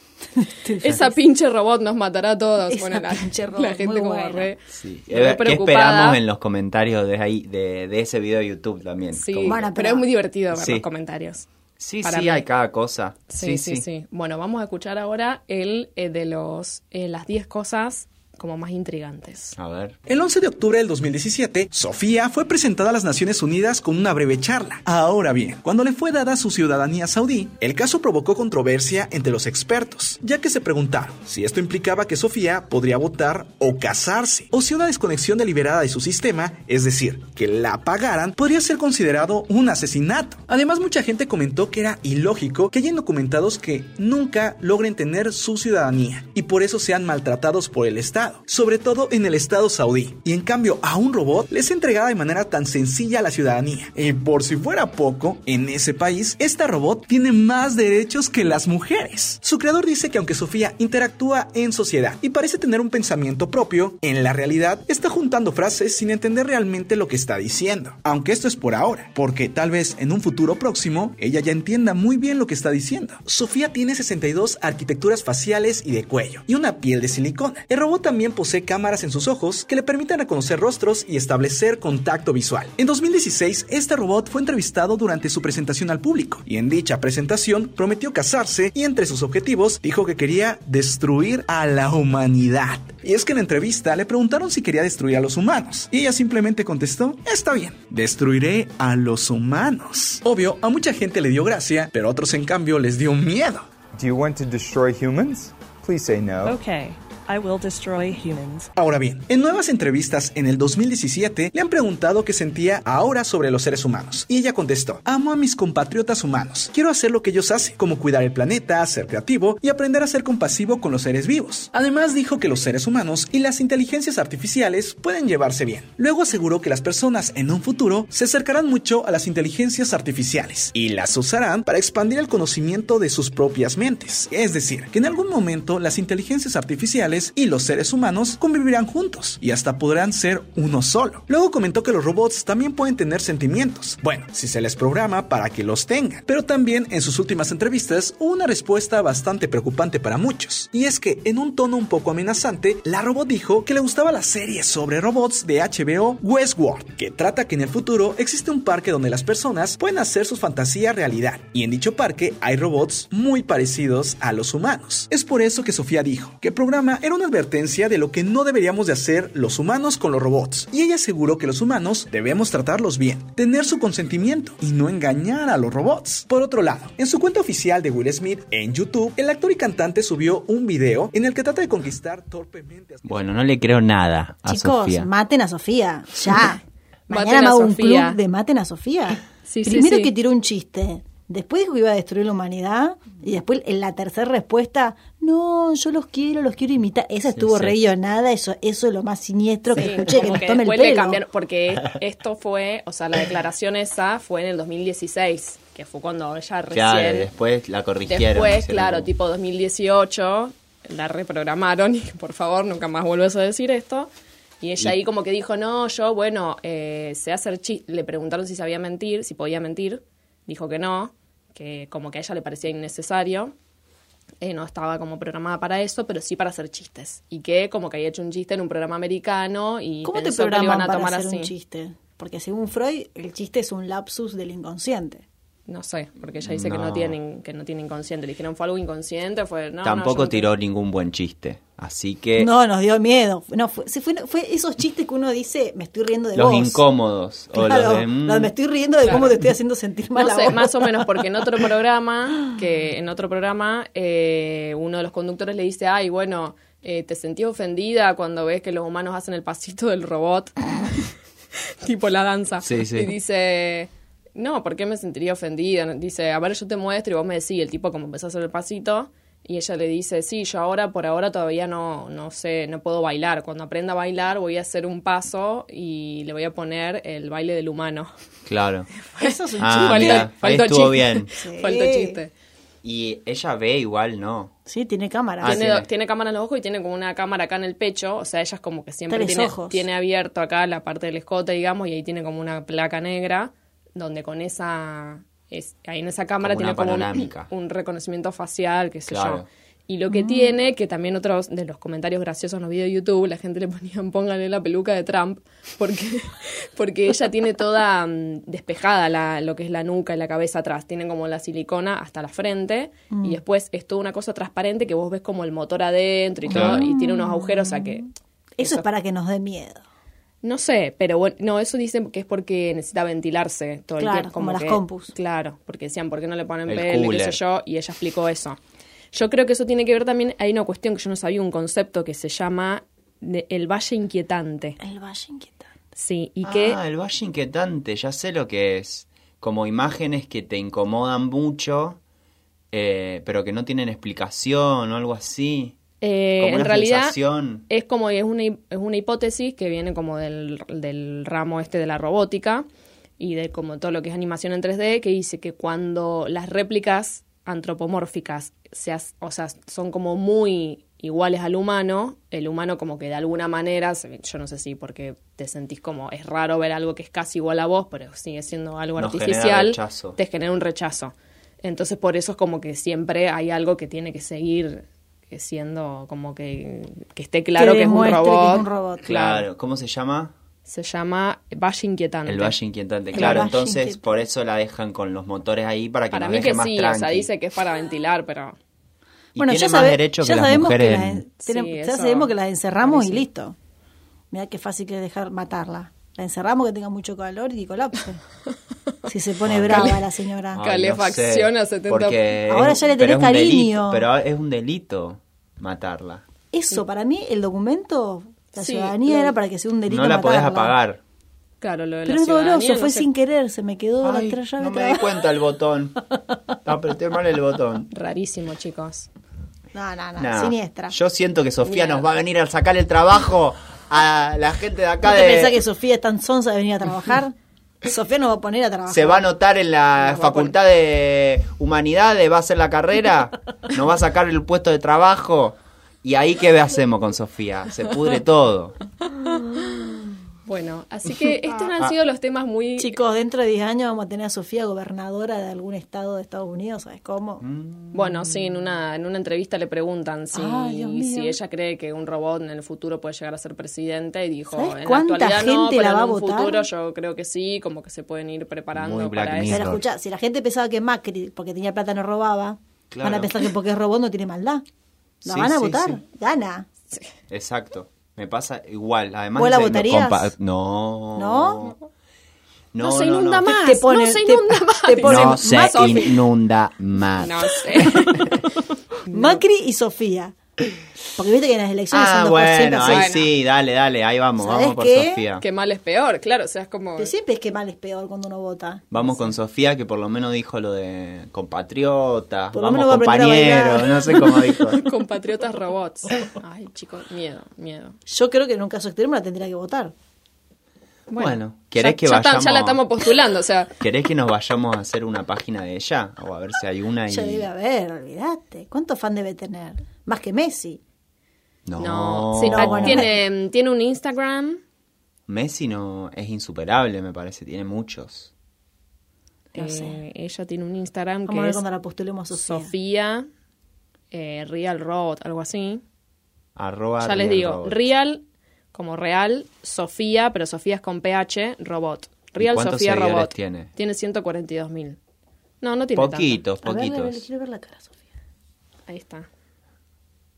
S3: Esa pinche robot nos matará a todos.
S1: Esa
S3: Bueno, la,
S1: pinche
S3: la
S1: robot,
S3: gente
S1: muy
S3: como
S1: buena.
S3: re,
S2: Sí.
S3: re
S2: A ver, ¿Qué
S3: preocupada.
S2: esperamos en los comentarios de ahí, de, de ese video de YouTube también?
S3: Sí,
S2: Como-
S1: Bueno,
S3: pero,
S1: pero-
S3: es muy divertido ver
S2: Sí.
S3: los comentarios.
S2: sí,
S3: para
S2: sí,
S3: mí.
S2: hay cada cosa.
S3: Sí sí, sí, Bueno, vamos a escuchar ahora el eh, de los eh, las 10 cosas como más intrigantes.
S2: A ver.
S8: El 11 de octubre del 2017, Sofía fue presentada a las Naciones Unidas con una breve charla. Ahora bien, cuando le fue dada su ciudadanía saudí, el caso provocó controversia entre los expertos, ya que se preguntaron si esto implicaba que Sofía podría votar o casarse, o si una desconexión deliberada de su sistema, es decir, que la apagaran, podría ser considerado un asesinato. Además, mucha gente comentó que era ilógico que haya indocumentados que nunca logren tener su ciudadanía y por eso sean maltratados por el Estado, sobre todo en el Estado saudí. Y en cambio, a un robot les entregaba de manera tan sencilla la ciudadanía. Y por si fuera poco, en ese país, esta robot tiene más derechos que las mujeres. Su creador dice que aunque Sofía interactúa en sociedad y parece tener un pensamiento propio, en la realidad está juntando frases sin entender realmente lo que está diciendo. Aunque esto es por ahora, porque tal vez en un futuro próximo ella ya entienda muy bien lo que está diciendo. Sofía tiene 62 arquitecturas faciales y de cuello y una piel de silicona. El robot también posee cámaras en sus ojos que le permiten reconocer rostros y establecer contacto visual. En 2016, este robot fue entrevistado durante su presentación al público y en dicha presentación prometió casarse y entre sus objetivos dijo que quería destruir a la humanidad. Y es que en la entrevista le preguntaron si quería destruir a los humanos y ella simplemente contestó, está bien, destruiré a los humanos. Obvio, a mucha gente le dio gracia, pero a otros en cambio les dio miedo.
S9: Do you want to destroy humans? Please say no.
S10: Okay, I will destroy humans.
S8: Ahora bien, en nuevas entrevistas en el 2017 le han preguntado qué sentía ahora sobre los seres humanos y ella contestó, amo a mis compatriotas humanos, quiero hacer lo que ellos hacen, como cuidar el planeta, ser creativo y aprender a ser compasivo con los seres vivos. Además dijo que los seres humanos y las inteligencias artificiales pueden llevarse bien. Luego aseguró que las personas en un futuro se acercarán mucho a las inteligencias artificiales y las usarán para expandir el conocimiento de sus propias mentes. Es decir, que en algún momento las inteligencias artificiales y los seres humanos convivirán juntos y hasta podrán ser uno solo. Luego comentó que los robots también pueden tener sentimientos. Bueno, si se les programa para que los tengan. Pero también en sus últimas entrevistas hubo una respuesta bastante preocupante para muchos. Y es que en un tono un poco amenazante, la robot dijo que le gustaba la serie sobre robots de HBO Westworld, que trata que en el futuro existe un parque donde las personas pueden hacer sus fantasías realidad. Y en dicho parque hay robots muy parecidos a los humanos. Es por eso que Sofía dijo que el programa era una advertencia de lo que no deberíamos de hacer los humanos con los robots, y ella aseguró que los humanos debemos tratarlos bien, tener su consentimiento y no engañar a los robots. Por otro lado, en su cuenta oficial de Will Smith en YouTube, el actor y cantante subió un video en el que trata de conquistar torpemente a...
S2: Bueno, no le creo nada a
S1: Chicos,
S2: Sofía.
S1: maten a Sofía, ya.
S3: Maten
S1: Mañana
S3: a
S1: me hago un
S3: Sofía.
S1: club de maten a Sofía.
S3: Sí, sí,
S1: Primero
S3: sí.
S1: que tiró un chiste, después dijo que iba a destruir la humanidad, y después en la tercera respuesta, no, yo los quiero, los quiero imitar. Esa estuvo
S2: sí.
S1: re guionada, eso, eso es lo más siniestro que
S3: Sí,
S1: escuché, que
S3: como
S1: nos
S3: que
S1: tome el
S3: después
S1: pelo.
S3: le cambiaron, porque esto fue, o sea, la declaración esa fue en el 2016, que fue cuando ella recién...
S2: Claro, después la corrigieron.
S3: Después,
S2: hicieron
S3: claro,
S2: como-
S3: tipo 2018, la reprogramaron y por favor nunca más vuelves a decir esto. Y ella ahí como que dijo, no, yo, bueno, eh, sé hacer chistes. Le preguntaron si sabía mentir, si podía mentir. Dijo que no, que como que a ella le parecía innecesario. Eh, no estaba como programada para eso, pero sí para hacer chistes. Y que como que había hecho un chiste en un programa americano y
S1: ¿Cómo te
S3: pensó que lo iban
S1: programan
S3: a
S1: para
S3: tomar
S1: hacer
S3: así.
S1: un chiste? Porque según Freud, el chiste es un lapsus del inconsciente.
S3: No sé, porque ella dice que
S2: No.
S3: no tiene, que no tiene inconsciente. Le dijeron, ¿fue algo inconsciente? Fue, no, no,
S2: Tampoco
S3: yo no
S2: tiró ningún buen chiste. Así que
S1: No, nos dio miedo. No, fue, se fue, fue esos chistes que uno dice, me estoy riendo de
S2: los
S1: vos.
S2: incómodos. o
S1: Claro,
S2: los de, mm,
S1: no, me estoy riendo de cómo te estoy haciendo sentir mal
S3: No
S1: a
S3: sé,
S1: vos.
S3: más o menos, porque en otro programa, que en otro programa, eh, uno de los conductores le dice, ay, bueno, eh, te sentís ofendida cuando ves que los humanos hacen el pasito del robot, tipo la danza.
S2: Sí, sí.
S3: Y dice, no, ¿por qué me sentiría ofendida? Dice, a ver, yo te muestro y vos me decís, el tipo como empezó a hacer el pasito. Y ella le dice, sí, yo ahora, por ahora todavía no, no sé, no puedo bailar. Cuando aprenda a bailar voy a hacer un paso y le voy a poner el baile del humano.
S2: Claro.
S1: Eso es un
S2: Ah,
S1: chiste.
S2: mira. ahí estuvo bien.
S3: Faltó
S1: Sí.
S3: chiste.
S2: Y ella ve igual, ¿no.
S1: Sí, tiene cámara.
S2: Ah,
S1: Sí.
S3: Tiene,
S2: tiene.
S3: tiene cámara en los ojos y tiene como una cámara acá en el pecho. O sea, ella es como que siempre
S1: Tres
S3: tiene,
S1: ojos.
S3: tiene abierto acá la parte del escote, digamos, y ahí tiene como una placa negra donde con esa. es- ahí en esa cámara
S2: Como una
S3: tiene como un,
S2: panorámica.
S3: un reconocimiento facial, qué sé
S2: Claro.
S3: yo. Y lo que tiene, que también otros de los comentarios graciosos en los videos de YouTube, la gente le ponían pónganle la peluca de Trump, porque, porque ella tiene toda mm, despejada la, lo que es la nuca y la cabeza atrás. Tiene como la silicona hasta la frente y después es toda una cosa transparente que vos ves como el motor adentro y todo,
S2: Claro.
S3: y tiene unos agujeros, o sea que
S1: Eso es para que nos dé miedo.
S3: No sé, pero bueno, no, eso dicen que es porque necesita ventilarse todo
S1: Claro,
S3: el tiempo.
S1: como las
S3: que-
S1: compus.
S3: Claro, porque decían, ¿por qué no le ponen
S2: El
S3: pelo? qué
S2: cooler.
S3: sé yo, y ella explicó eso. Yo creo que eso tiene que ver también, hay una cuestión que yo no sabía, un concepto que se llama de- el valle inquietante.
S1: El valle inquietante.
S3: Sí, y que...
S2: Ah, el valle inquietante, ya sé lo que es. Como imágenes que te incomodan mucho, eh, pero que no tienen explicación o algo así.
S3: Eh,
S2: Como
S3: en
S2: una
S3: realidad
S2: sensación.
S3: es como es una, hi- es una hipótesis que viene como del, del ramo este de la robótica y de como todo lo que es animación en 3D que dice que cuando las réplicas antropomórficas se hac- o sea, son como muy iguales al humano, el humano como que de alguna manera, se- yo no sé si porque te sentís como es raro ver algo que es casi igual a vos, pero sigue siendo algo
S2: Nos genera
S3: artificial,
S2: rechazo.
S3: te genera un rechazo. Entonces por eso es como que siempre hay algo que tiene que seguir siendo como que, que esté claro que, es un
S1: demuestre que
S3: robot.
S1: es un robot.
S2: Claro, ¿cómo se llama?
S3: Se llama Valle Inquietante.
S2: El valle inquietante.
S1: El
S2: Claro,
S1: valle
S2: entonces
S1: inquietante.
S2: por eso la dejan con los motores ahí para que
S3: Para
S2: nos
S3: mí
S2: deje
S3: que
S2: más
S3: sí, o sea,
S2: tranqui.
S3: dice que es para ventilar, pero
S2: Y tiene más
S1: sabe-
S2: derecho
S1: ya
S2: que las
S1: sabemos
S2: mujeres.
S1: que las, en-
S3: Sí,
S1: tenemos- ya
S3: eso-
S1: sabemos que las encerramos y
S3: Clarísimo.
S1: listo. Mira qué fácil que es dejar matarla. La encerramos que tenga mucho calor y colapse. si se pone brava la señora.
S2: Ay,
S3: Calefacción
S2: no
S3: a
S2: sé,
S3: 70.
S2: porque
S1: Ahora
S2: es-
S1: ya le
S2: pero
S1: tenés
S2: es un delito,
S1: cariño.
S2: pero es un delito matarla.
S1: Eso, para mí, el documento, la
S3: Sí,
S1: ciudadanía
S3: lo-
S1: era para que sea un delito.
S2: no la podés
S1: matarla.
S2: apagar.
S3: claro, lo de la
S1: Pero es
S3: ciudadanía,
S1: doloroso,
S3: no
S1: fue
S3: sé.
S1: sin querer, se me quedó
S2: Ay,
S1: la otra llave
S2: no me di
S1: trabada.
S2: cuenta el botón. Apreté mal el botón.
S3: Rarísimo, chicos.
S1: No, no, no,
S2: Nah,
S1: Ah, siniestra.
S2: Yo siento que Sofía
S3: Mira.
S2: nos va a venir a sacar el trabajo a la gente de
S1: ¿No
S2: acá
S1: te
S2: de-
S1: pensás que Sofía es tan sonsa de venir a trabajar? Sofía nos va a poner a trabajar.
S2: se va a anotar en la
S3: Nos va a
S2: facultad de humanidades, va a hacer la carrera, nos va a sacar el puesto de trabajo. Y ahí qué hacemos con Sofía, se pudre todo.
S3: Bueno, así que estos
S2: Ah.
S3: han sido los temas muy...
S1: Chicos, dentro de 10 años vamos a tener a Sofía gobernadora de algún estado de Estados Unidos, ¿sabes cómo?
S2: Mm,
S3: Bueno, sí, en una, en una entrevista le preguntan si,
S1: Ay, Dios mío.
S3: si ella cree que un robot en el futuro puede llegar a ser presidente y dijo,
S1: ¿Sabes
S3: en la
S1: cuánta
S3: actualidad no,
S1: gente
S3: pero
S1: la va
S3: en
S1: a
S3: un
S1: votar?
S3: futuro yo creo que sí, como que se pueden ir preparando
S2: Muy Black
S3: para eso.
S1: Pero
S2: Mirror.
S1: escuchá, si la gente pensaba que Macri, porque tenía plata, no robaba,
S2: Claro.
S1: van a pensar que porque es robot no tiene maldad. La
S2: Sí,
S1: van a
S2: sí,
S1: votar,
S2: sí.
S1: gana.
S2: Exacto. Me pasa igual. Además,
S1: ¿Vos la
S2: no sé, no,
S1: votarías?
S2: compa- No.
S1: ¿No?
S2: No,
S3: No se
S2: no, no.
S3: inunda más.
S1: Te ponen-
S3: no se
S1: te-
S3: inunda más.
S1: te ponen
S2: No se
S1: Macri.
S2: inunda más.
S3: No sé.
S1: Macri y Sofía. Porque viste que en las elecciones
S2: Ah,
S1: son dos por siempre,
S2: bueno, ahí
S1: así.
S3: Bueno.
S2: sí, dale, dale, ahí vamos,
S1: ¿Sabés
S2: vamos por
S1: qué?
S2: Sofía.
S3: que mal es peor, claro, o sea, es como...
S1: Pero siempre es que mal es peor cuando uno vota.
S2: Vamos con Sofía, que por lo menos dijo lo de compatriota,
S1: Por lo
S2: vamos
S1: menos va a aprender a
S2: compañero,
S1: bailar.
S2: no sé cómo dijo.
S3: Compatriotas robots. Ay, chicos, miedo, miedo.
S1: Yo creo que en un caso extremo la tendría que votar.
S2: Bueno, ¿querés
S3: ya,
S2: que
S3: ya está-
S2: vayamos?
S3: ya la estamos postulando, o sea,
S2: ¿Querés que nos vayamos a hacer una página de ella? O a ver si hay una y...
S1: Ya debe haber, olvídate. ¿Cuánto fan debe tener? Más que Messi.
S2: No,
S3: no. sí,
S1: No,
S3: ah,
S1: bueno.
S3: tiene, tiene un Instagram.
S2: Messi no es insuperable, me parece, tiene muchos.
S1: No
S3: eh,
S1: sé.
S3: Ella tiene un Instagram
S1: Vamos a
S3: que
S1: ver
S3: es
S1: cuando la postulemos a Sofía.
S3: Sofía eh, Real Robot, algo así.
S2: Arroba
S3: ya les
S2: Real
S3: digo,
S2: Robot.
S3: Real como real, Sofía, pero Sofía es con PH, Robot.
S2: ¿Y
S3: Real
S2: cuántos
S3: Sofía
S2: seguidores
S3: Robot.
S2: tiene?
S3: Tiene 142 mil. No, no tiene tanto.
S2: Poquitos,
S1: A ver, a ver,
S2: poquitos.
S1: quiero ver la cara, Sofía.
S3: Ahí está.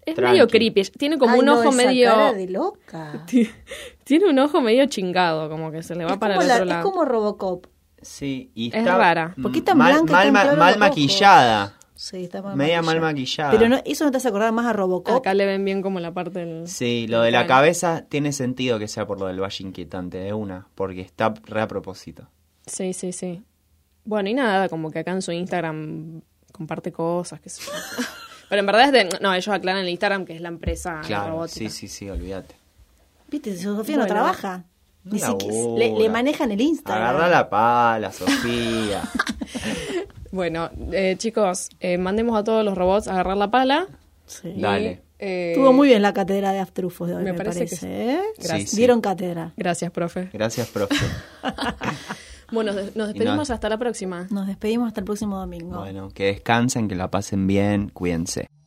S3: Es
S2: Tranqui.
S3: medio creepy. Tiene como
S1: Ay,
S3: un
S1: no,
S3: ojo
S1: esa
S3: medio.
S1: cara de loca.
S3: Tiene un ojo medio chingado, como que se le va
S1: es,
S3: para
S1: como
S3: el
S1: la-
S3: otro
S1: es
S3: lado.
S1: como Robocop.
S2: Sí, y
S3: Es
S2: está
S3: rara.
S2: m-
S1: ¿Por qué tan
S2: mal,
S1: blanca y
S2: mal
S1: tan
S2: ma-
S1: clara
S2: mal
S1: los ojos?
S2: maquillada.
S1: Sí, está mal
S2: Media mal maquillada.
S1: Pero no, eso no te hace acordar más a Robocop.
S3: Acá le ven bien como la parte del.
S2: Sí, lo de la
S3: Bueno.
S2: cabeza tiene sentido que sea por lo del valle inquietante de una, porque está re a propósito.
S1: Ah,
S3: Sí, sí, sí. Bueno, y nada, como que acá en su Instagram comparte cosas, qué sé yo. Pero en verdad es de. No, ellos aclaran el Instagram que es la empresa
S2: Claro,
S3: robótica.
S2: sí, sí, sí, olvídate.
S1: Viste, Sofía no
S3: Bueno.
S1: trabaja.
S2: No
S1: Ni siquiera
S2: labura.
S1: le, le manejan el Instagram.
S2: Agarra la pala, Sofía.
S3: Bueno, eh, chicos, eh, mandemos a todos los robots a agarrar la pala.
S1: Sí.
S3: y,
S2: Dale.
S3: eh,
S1: Estuvo muy bien la cátedra de Astrufos de hoy,
S3: me
S1: me,
S3: parece
S1: parece.
S3: que
S1: ¿eh?
S2: Gracias. Sí, sí.
S1: Dieron cátedra.
S3: Gracias, profe.
S2: Gracias, profe.
S3: Bueno, nos- nos despedimos
S2: no-
S3: hasta la próxima.
S1: Nos despedimos hasta el próximo domingo.
S2: Bueno, que descansen, que la pasen bien, cuídense.